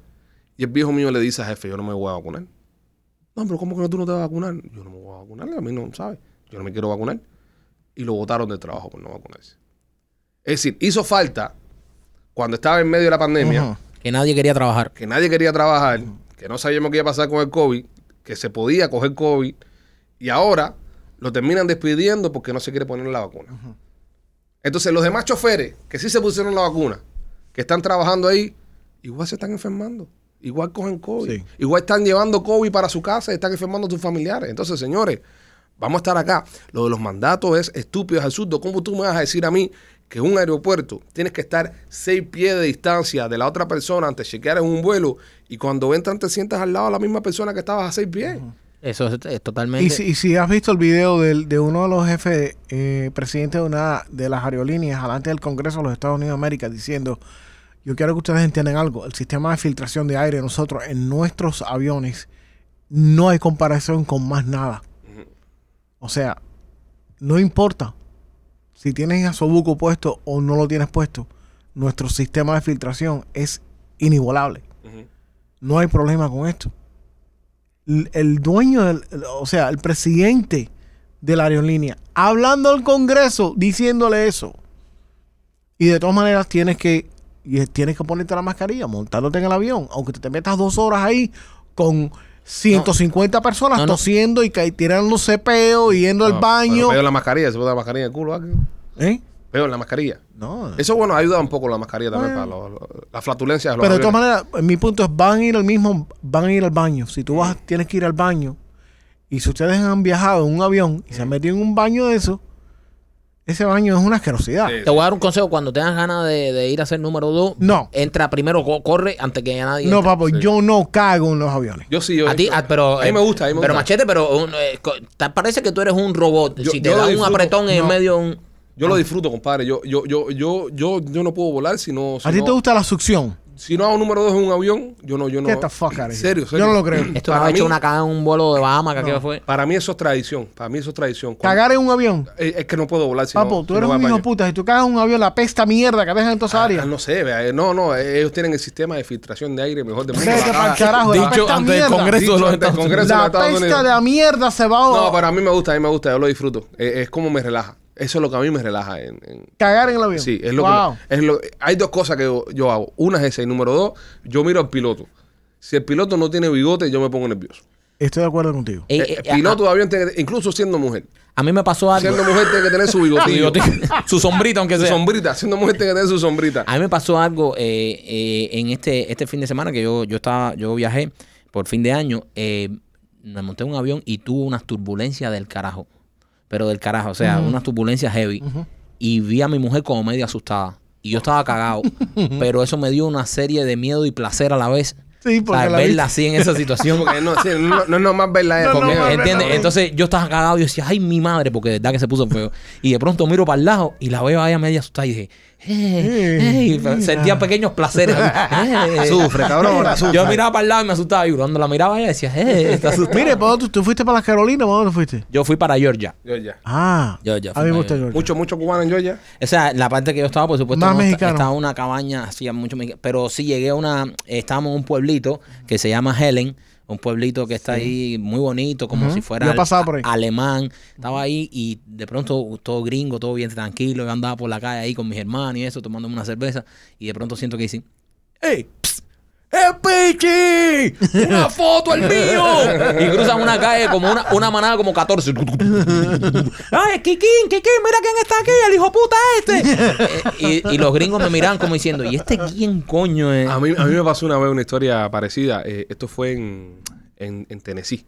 Speaker 1: y el viejo mío le dice a jefe, yo no me voy a vacunar. No, pero ¿cómo que no, tú no te vas a vacunar? Yo no me voy a vacunar, a mí no, ¿sabes? Yo no me quiero vacunar. Y lo botaron del trabajo por no vacunarse. Es decir, hizo falta, cuando estaba en medio de la pandemia,
Speaker 3: Ujú.
Speaker 2: Que nadie quería trabajar.
Speaker 1: que nadie quería trabajar, que no sabíamos qué iba a pasar con el COVID, que se podía coger COVID, y ahora lo terminan despidiendo porque no se quiere poner la vacuna. Entonces, los demás choferes que sí se pusieron la vacuna, que están trabajando ahí, igual se están enfermando. Igual cogen COVID.
Speaker 3: Sí.
Speaker 1: Igual están llevando COVID para su casa y están enfermando a sus familiares. Entonces, señores, vamos a estar acá. Lo de los mandatos es estúpido, es absurdo. ¿Cómo tú me vas a decir a mí que en un aeropuerto tienes que estar seis pies de distancia de la otra persona antes de chequear en un vuelo y cuando entran te sientas al lado de la misma persona que estabas a seis pies?
Speaker 2: Eso es, es totalmente.
Speaker 3: Y si, y si has visto el video del- de uno de los jefes, eh, presidente de una de las aerolíneas, delante del Congreso de los Estados Unidos de América, diciendo, yo quiero que ustedes entiendan algo, el sistema de filtración de aire de nosotros en nuestros aviones no hay comparación con más nada. O sea, no importa si tienes a Sobuco puesto o no lo tienes puesto, nuestro sistema de filtración es inigualable. No hay problema con esto. L- El, dueño, del- el- o sea, el presidente de la aerolínea, hablando al Congreso, diciéndole eso. Y de todas maneras tienes que, y tienes que ponerte la mascarilla, montándote en el avión, aunque te, te metas dos horas ahí con 150 personas
Speaker 2: No, no.
Speaker 3: tosiendo y ca- y tirando cepeo, y yendo
Speaker 1: No,
Speaker 3: al baño.
Speaker 1: pero Peo en la mascarilla, se pone la mascarilla en el culo. ¿ah?
Speaker 3: ¿Eh?
Speaker 1: Peo en la mascarilla.
Speaker 3: No.
Speaker 1: Eso, bueno, ayuda un poco la mascarilla también
Speaker 3: Bueno.
Speaker 1: para los- los- la flatulencia de los
Speaker 3: Pero de todas
Speaker 1: aviones.
Speaker 3: maneras, mi punto es, van a ir al mismo, van a ir al baño. Si tú
Speaker 1: Mm.
Speaker 3: vas, tienes que ir al baño. Y si ustedes han viajado en un avión
Speaker 1: Mm.
Speaker 3: y se han metido en un baño de eso, ese baño es una asquerosidad.
Speaker 1: Sí.
Speaker 2: Te voy a dar un consejo. Cuando tengas ganas de, de ir a ser número dos,
Speaker 3: No.
Speaker 2: entra primero, co- corre antes que ya nadie.
Speaker 3: No,
Speaker 2: entre.
Speaker 3: papo,
Speaker 1: Sí.
Speaker 3: yo no cago en los aviones.
Speaker 1: Yo sí, yo.
Speaker 2: A ti, ah, pero.
Speaker 1: A mí me gusta, a mí me
Speaker 2: Pero
Speaker 1: gusta.
Speaker 2: machete, pero. un, eh, co- te parece que tú eres un robot.
Speaker 1: Yo-
Speaker 2: si te
Speaker 1: yo
Speaker 2: da un
Speaker 1: disfruto-
Speaker 2: apretón en
Speaker 3: no.
Speaker 2: el medio. Un,
Speaker 1: Yo
Speaker 2: Ah.
Speaker 1: lo disfruto, compadre. Yo, yo, yo, yo, yo, yo no puedo volar si no. Si
Speaker 3: ¿A ti
Speaker 1: no,
Speaker 3: te gusta la succión?
Speaker 1: Si no hago número dos en un avión, yo no, yo no.
Speaker 3: Get the fuck out of here.
Speaker 1: Serio, serio.
Speaker 3: Yo no lo creo.
Speaker 2: esto
Speaker 1: Para
Speaker 2: no ha hecho
Speaker 1: mí-
Speaker 2: una cagada en un vuelo de Bahamas, que aquí fue.
Speaker 1: Para mí eso es tradición. Para mí eso es tradición. Cuando-
Speaker 3: ¿Cagar en un avión?
Speaker 1: Eh, Es que no puedo volar si no-
Speaker 3: Papo,
Speaker 1: si
Speaker 3: tú
Speaker 1: no
Speaker 3: eres
Speaker 1: voy
Speaker 3: un
Speaker 1: al
Speaker 3: hijo
Speaker 1: baño.
Speaker 3: puta. Si tú cagas en un avión, la pesta mierda que dejan en todas
Speaker 1: Ah,
Speaker 3: áreas.
Speaker 1: ah, no sé, vea, eh, no, no, eh, ellos tienen el sistema de filtración de aire mejor de mundo.
Speaker 3: Vete pa'l
Speaker 1: Ah,
Speaker 3: carajo, la
Speaker 5: Dicho
Speaker 3: pesta
Speaker 5: ante el
Speaker 3: mierda.
Speaker 5: Congreso.
Speaker 1: dicho
Speaker 5: de los
Speaker 1: ante el
Speaker 5: Estados
Speaker 1: Congreso de los
Speaker 3: La
Speaker 1: Estados
Speaker 3: pesta
Speaker 1: Unidos.
Speaker 3: de la mierda se va a
Speaker 1: No, pero a mí me gusta, a mí me gusta, yo lo disfruto. Eh, es como me relaja. Eso es lo que a mí me relaja. en- en-
Speaker 3: cagar en el avión.
Speaker 1: Sí, es lo
Speaker 3: Wow.
Speaker 1: que. es lo- hay dos cosas que yo, yo hago. Una es esa y número dos, yo miro al piloto. Si el piloto no tiene bigote, yo me pongo nervioso.
Speaker 3: Estoy de acuerdo contigo.
Speaker 2: Eh,
Speaker 1: Eh,
Speaker 2: eh,
Speaker 1: el piloto de avión, tiene que- incluso siendo mujer,
Speaker 2: a, a mí me pasó algo.
Speaker 1: siendo mujer tiene que tener su
Speaker 5: Digo,
Speaker 1: bigotillo.
Speaker 5: su sombrita, aunque
Speaker 1: su
Speaker 5: sea.
Speaker 1: sombrita, siendo mujer tiene que tener su sombrita.
Speaker 2: A mí me pasó algo eh, eh, en este, este fin de semana que yo, yo estaba, yo viajé por fin de año, eh, me monté en un avión y tuvo unas turbulencias del carajo. Pero del carajo, o sea, unas turbulencias heavy. Y vi a mi mujer como medio asustada. Y yo estaba cagado. pero eso me dio una serie de miedo y placer a la vez.
Speaker 3: Sí, porque
Speaker 2: O sea,
Speaker 3: la
Speaker 2: verla
Speaker 3: viste.
Speaker 2: así en esa situación.
Speaker 1: Porque no, sí, no, no es normal verla. eh,
Speaker 3: No, no,
Speaker 1: porque-
Speaker 3: no, no,
Speaker 2: ¿Entiendes?
Speaker 3: no.
Speaker 2: Entonces yo estaba cagado y yo decía, ay, mi madre, porque de verdad que se puso feo. Y de pronto miro para el lado y la veo a ella media asustada y dije, hey, hey.
Speaker 3: mira.
Speaker 2: sentía pequeños placeres. así, "Eh".
Speaker 1: Sufre, cabrón, ahora
Speaker 2: Yo miraba para el lado y me asustaba. Y cuando la miraba ella decía, hey, está asustada.
Speaker 3: Mire, ¿para dónde tú, tú fuiste para las Carolinas? ¿Para dónde fuiste?
Speaker 2: Yo fui para Georgia.
Speaker 1: Yo ya.
Speaker 3: Ah,
Speaker 2: Yo- yo
Speaker 3: a
Speaker 2: fui
Speaker 3: mí me
Speaker 2: para
Speaker 3: gusta
Speaker 2: allá.
Speaker 3: Georgia.
Speaker 1: Mucho, mucho cubano en Georgia.
Speaker 2: O sea, la parte que yo estaba, por supuesto,
Speaker 3: Más
Speaker 2: no, esta-
Speaker 3: mexicano.
Speaker 2: estaba en una cabaña, hacía mucho mexi- Pero sí llegué a una, estábamos en un pueblito que se llama Helen, un pueblito que está ahí muy bonito, como
Speaker 3: Ujú.
Speaker 2: si fuera
Speaker 3: Yo he
Speaker 2: al-
Speaker 3: pasado por ahí.
Speaker 2: alemán. Estaba ahí y de pronto todo gringo, todo bien tranquilo. Yo andaba por la calle ahí con mis hermanos y eso, tomándome una cerveza. Y de pronto siento que dicen, ¡Ey! psst, ¡Eh, Pichi! ¡Una foto el mío! Y cruzan una calle como una, una manada como 14. ¡Ay, Kikín, Kikín! ¡Mira quién está aquí! ¡El hijo puta este! Eh, y, y los gringos me miran como diciendo, ¿y este quién coño es?
Speaker 1: A mí, a mí me pasó una vez una historia parecida. Eh, esto fue en, en, en Tennessee.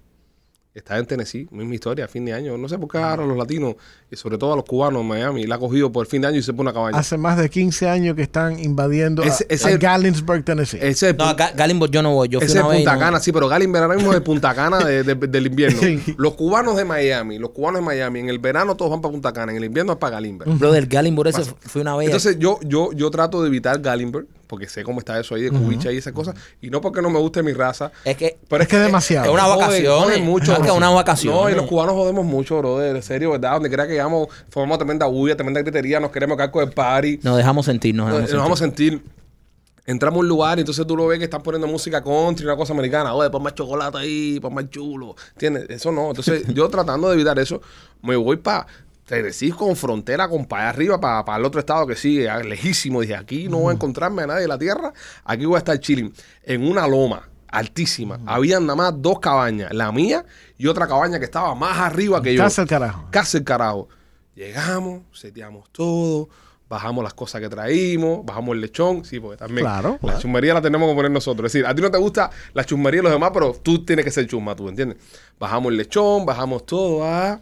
Speaker 1: Estaba en Tennessee, misma historia, fin de año. No sé por qué ahora los latinos, y sobre todo a los cubanos en Miami, la ha cogido por el fin de año y se pone una cabaña.
Speaker 3: Hace más de 15 años que están invadiendo a-
Speaker 1: Ese-
Speaker 3: a,
Speaker 1: ese-
Speaker 3: Gallinsburg, Tennessee.
Speaker 1: Ese es el
Speaker 2: No,
Speaker 1: punto.
Speaker 2: Ga- Gallimbot yo no voy. Yo fui
Speaker 1: Ese es
Speaker 2: una vez y
Speaker 1: Punta
Speaker 2: no-
Speaker 1: Cana, sí, pero Galimber ahora mismo es el Punta Cana de- de- del invierno.
Speaker 3: Sí.
Speaker 1: Los cubanos de Miami, los cubanos de Miami, en el verano todos van para Punta Cana, en el invierno es para Galimber.
Speaker 2: Brother, Gallimbot ese fue una vez.
Speaker 1: Entonces yo, yo, yo trato de evitar Galimber porque sé cómo está eso ahí de cubicha y esas cosas, y no porque no me guste mi raza.
Speaker 2: Es que
Speaker 1: Pero
Speaker 3: Es que es demasiado.
Speaker 2: Es una
Speaker 1: joden-
Speaker 2: vacación,
Speaker 1: joden
Speaker 2: eh.
Speaker 1: mucho.
Speaker 2: Es que
Speaker 1: bro.
Speaker 2: una vacación,
Speaker 1: No, y
Speaker 2: eh.
Speaker 1: los cubanos jodemos mucho, brother. En serio, ¿verdad? Donde quiera que llegamos, formamos tremenda bulla, tremenda gritería, nos queremos caer con el party.
Speaker 2: nos dejamos sentir, nos
Speaker 1: Nos,
Speaker 2: dejamos
Speaker 1: nos
Speaker 2: sentir.
Speaker 1: vamos a sentir. Entramos a un lugar y entonces tú lo ves que están poniendo música country, una cosa americana. Oye, pon más chocolate ahí, pon más chulo. ¿Entiendes? Eso no. Entonces, yo tratando de evitar eso, me voy para. Te decís con frontera, con para allá arriba, para, el otro estado que sigue, ah, lejísimo. Dije, aquí no voy a encontrarme a nadie de la tierra. Aquí voy a estar chilling. En una loma altísima. Habían nada más dos cabañas. La mía y otra cabaña que estaba más arriba que yo.
Speaker 3: Casi el carajo.
Speaker 1: Casi el carajo. Llegamos, seteamos todo, bajamos las cosas que traímos, bajamos el lechón, sí, porque también
Speaker 3: Claro,
Speaker 1: la
Speaker 3: claro.
Speaker 1: chusmería la tenemos que poner nosotros. Es decir, a ti no te gusta la chusmería de los demás, pero tú tienes que ser chusma, tú, ¿entiendes? Bajamos el lechón, bajamos todo, ah.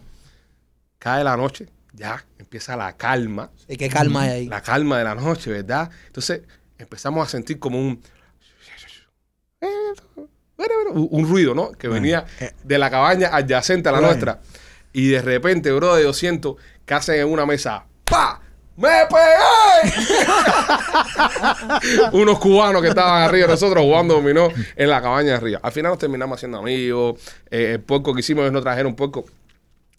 Speaker 1: cae la noche, ya, empieza la calma,
Speaker 2: Y qué calma hay ahí.
Speaker 1: la calma de la noche, ¿verdad? Entonces empezamos a sentir como un... un- Un ruido, ¿no? Que venía de la cabaña adyacente a la
Speaker 3: Bueno.
Speaker 1: nuestra. Y de repente, bro, yo siento que hacen en una mesa ¡Pa! ¡Me pegué! Unos cubanos que estaban arriba de nosotros jugando dominó en la cabaña de arriba. Al final nos terminamos haciendo amigos. Eh, el puerco que hicimos, ellos no trajeron puerco.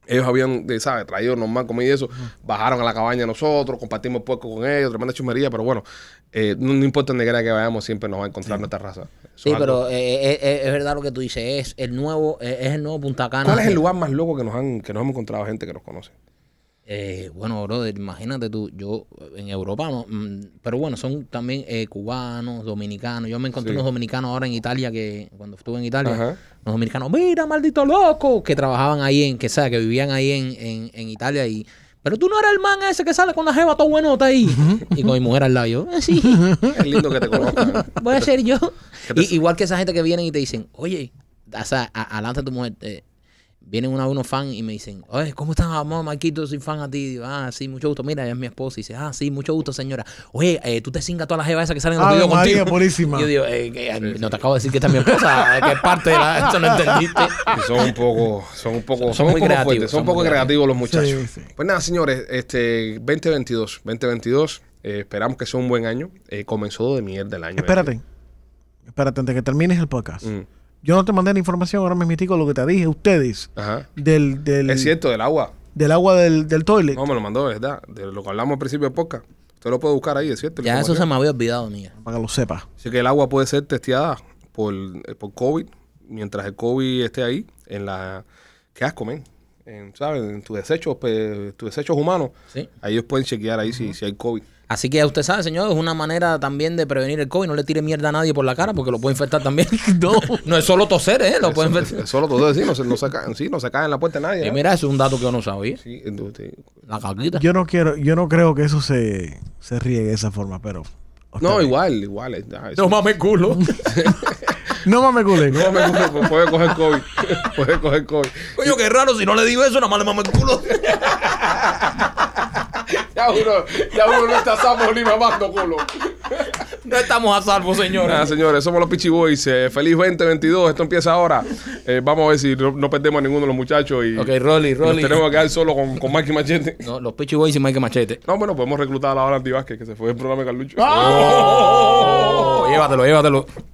Speaker 1: Ellos habían, de, ¿sabes? Traído normal comida y eso. Bajaron a la cabaña de nosotros, compartimos puerco con ellos, tremenda chumería, pero bueno, eh, no, no importa donde quiera que vayamos, siempre nos va a encontrar nuestra raza. Eso
Speaker 2: Sí,
Speaker 1: es algo-
Speaker 2: pero eh, eh, eh, es verdad lo que tú dices. Es el nuevo, eh, es el nuevo Punta Cana.
Speaker 1: ¿Cuál es el lugar más loco que nos han que nos hemos encontrado gente que nos conoce?
Speaker 2: Eh, bueno, brother, imagínate tú, yo eh, en Europa, no, mm, pero bueno, son también eh, cubanos, dominicanos. Yo me encontré
Speaker 1: Sí.
Speaker 2: unos dominicanos ahora en Italia, que cuando estuve en Italia,
Speaker 1: Ajá.
Speaker 2: unos dominicanos, mira, maldito loco, que trabajaban ahí en, que sea, que vivían ahí en, en, en Italia y... Pero tú no eras el man ese que sale con la jeva todo buenota ahí. Y con mi mujer al lado. Yo, "Eh, sí,
Speaker 1: Es lindo que te conozcan. ¿no?
Speaker 2: voy a ser yo.
Speaker 1: ¿Qué te-
Speaker 2: Y- igual que esa gente que vienen y te dicen, oye, o sea, a- adelante tu mujer. eh, vienen una unos fan y me dicen, oye, ¿cómo estás, amor, Marquito? Soy fan a ti. Digo, ah, sí, mucho gusto. Mira, ella es mi esposa. Y dice, ah, sí, mucho gusto, señora. Oye, eh, tú te cingas todas las jevas esas que salen en los
Speaker 3: Ave
Speaker 2: videos
Speaker 3: Ah, María
Speaker 2: contigo.
Speaker 3: purísima.
Speaker 2: Y Yo digo, eh, que- no te acabo de decir que esta es mi esposa, eh, que es parte de la... Eso no entendiste.
Speaker 1: Y son un poco, son un poco, son,
Speaker 2: Son
Speaker 1: un
Speaker 2: muy
Speaker 1: poco
Speaker 2: creativos,
Speaker 1: fuertes, son un
Speaker 2: son
Speaker 1: poco
Speaker 2: muy
Speaker 1: creativos los muchachos.
Speaker 3: Sí, sí.
Speaker 1: Pues nada, señores, este 2022, 2022, eh, esperamos que sea un buen año. Eh, comenzó de mierda el año.
Speaker 3: Espérate. Espérate, antes que termines el podcast.
Speaker 1: Mm.
Speaker 3: Yo no te mandé la información, ahora me mitico lo que te dije, ustedes,
Speaker 1: Ajá.
Speaker 3: del, del,
Speaker 1: Es cierto, del agua.
Speaker 3: del agua del, del toilet.
Speaker 1: No, me lo mandó, ¿verdad? De lo que hablamos al principio de podcast. Usted lo puede buscar ahí, es cierto. la
Speaker 2: Ya eso se
Speaker 1: información.
Speaker 2: me había olvidado, mía.
Speaker 3: Para que lo sepas.
Speaker 1: Así que el agua puede ser testeada por, eh, por COVID. Mientras el COVID esté ahí, en la... ¿Qué asco, men? En, ¿Sabes? En tus desechos, pues, tus desechos humanos.
Speaker 2: Sí.
Speaker 1: Ahí ellos pueden chequear ahí si, si hay COVID.
Speaker 2: Así que usted sabe, señor, es una manera también de prevenir el COVID. No le tire mierda a nadie por la cara porque lo puede infectar también. No, no es solo toser, ¿eh? Lo puede infectar.
Speaker 1: Eso lo todo decir, no se, no se caen, sí, no se caen en la puerta de nadie.
Speaker 2: Eh,
Speaker 1: ¿eh?
Speaker 2: mira, eso es un dato que yo no sabía.
Speaker 1: Sí, entonces, sí.
Speaker 2: La caquita.
Speaker 3: Yo no quiero, yo no creo que eso se, se riegue de esa forma, pero.
Speaker 1: no, igual, igual. eh, ah, eso-
Speaker 2: mames culo.
Speaker 3: No mames, culé.
Speaker 1: No, me coge- puede coger COVID. Puede coger COVID.
Speaker 2: Coño, qué raro, si no le digo eso, nada más le mames culo.
Speaker 1: Ya uno, ya uno no está sapo ni mamando culo.
Speaker 2: No estamos a salvo,
Speaker 1: Nada,
Speaker 2: señores.
Speaker 1: señores, somos los Pichi Boys. eh, feliz 2022. Esto empieza ahora. Eh, vamos a ver si no, no perdemos a ninguno de los muchachos y,
Speaker 2: ok, Rolly,
Speaker 1: y nos
Speaker 2: Rolly.
Speaker 1: tenemos que quedar solo con, con Maki Machete.
Speaker 2: No, los Peachy Boys y Mike Machete.
Speaker 1: No, bueno,
Speaker 2: ¡Ah!
Speaker 1: Oh. podemos reclutar a la hora Antivázquez, que se fue del programa de Carlucho.
Speaker 2: Oh, llévatelo, llévatelo.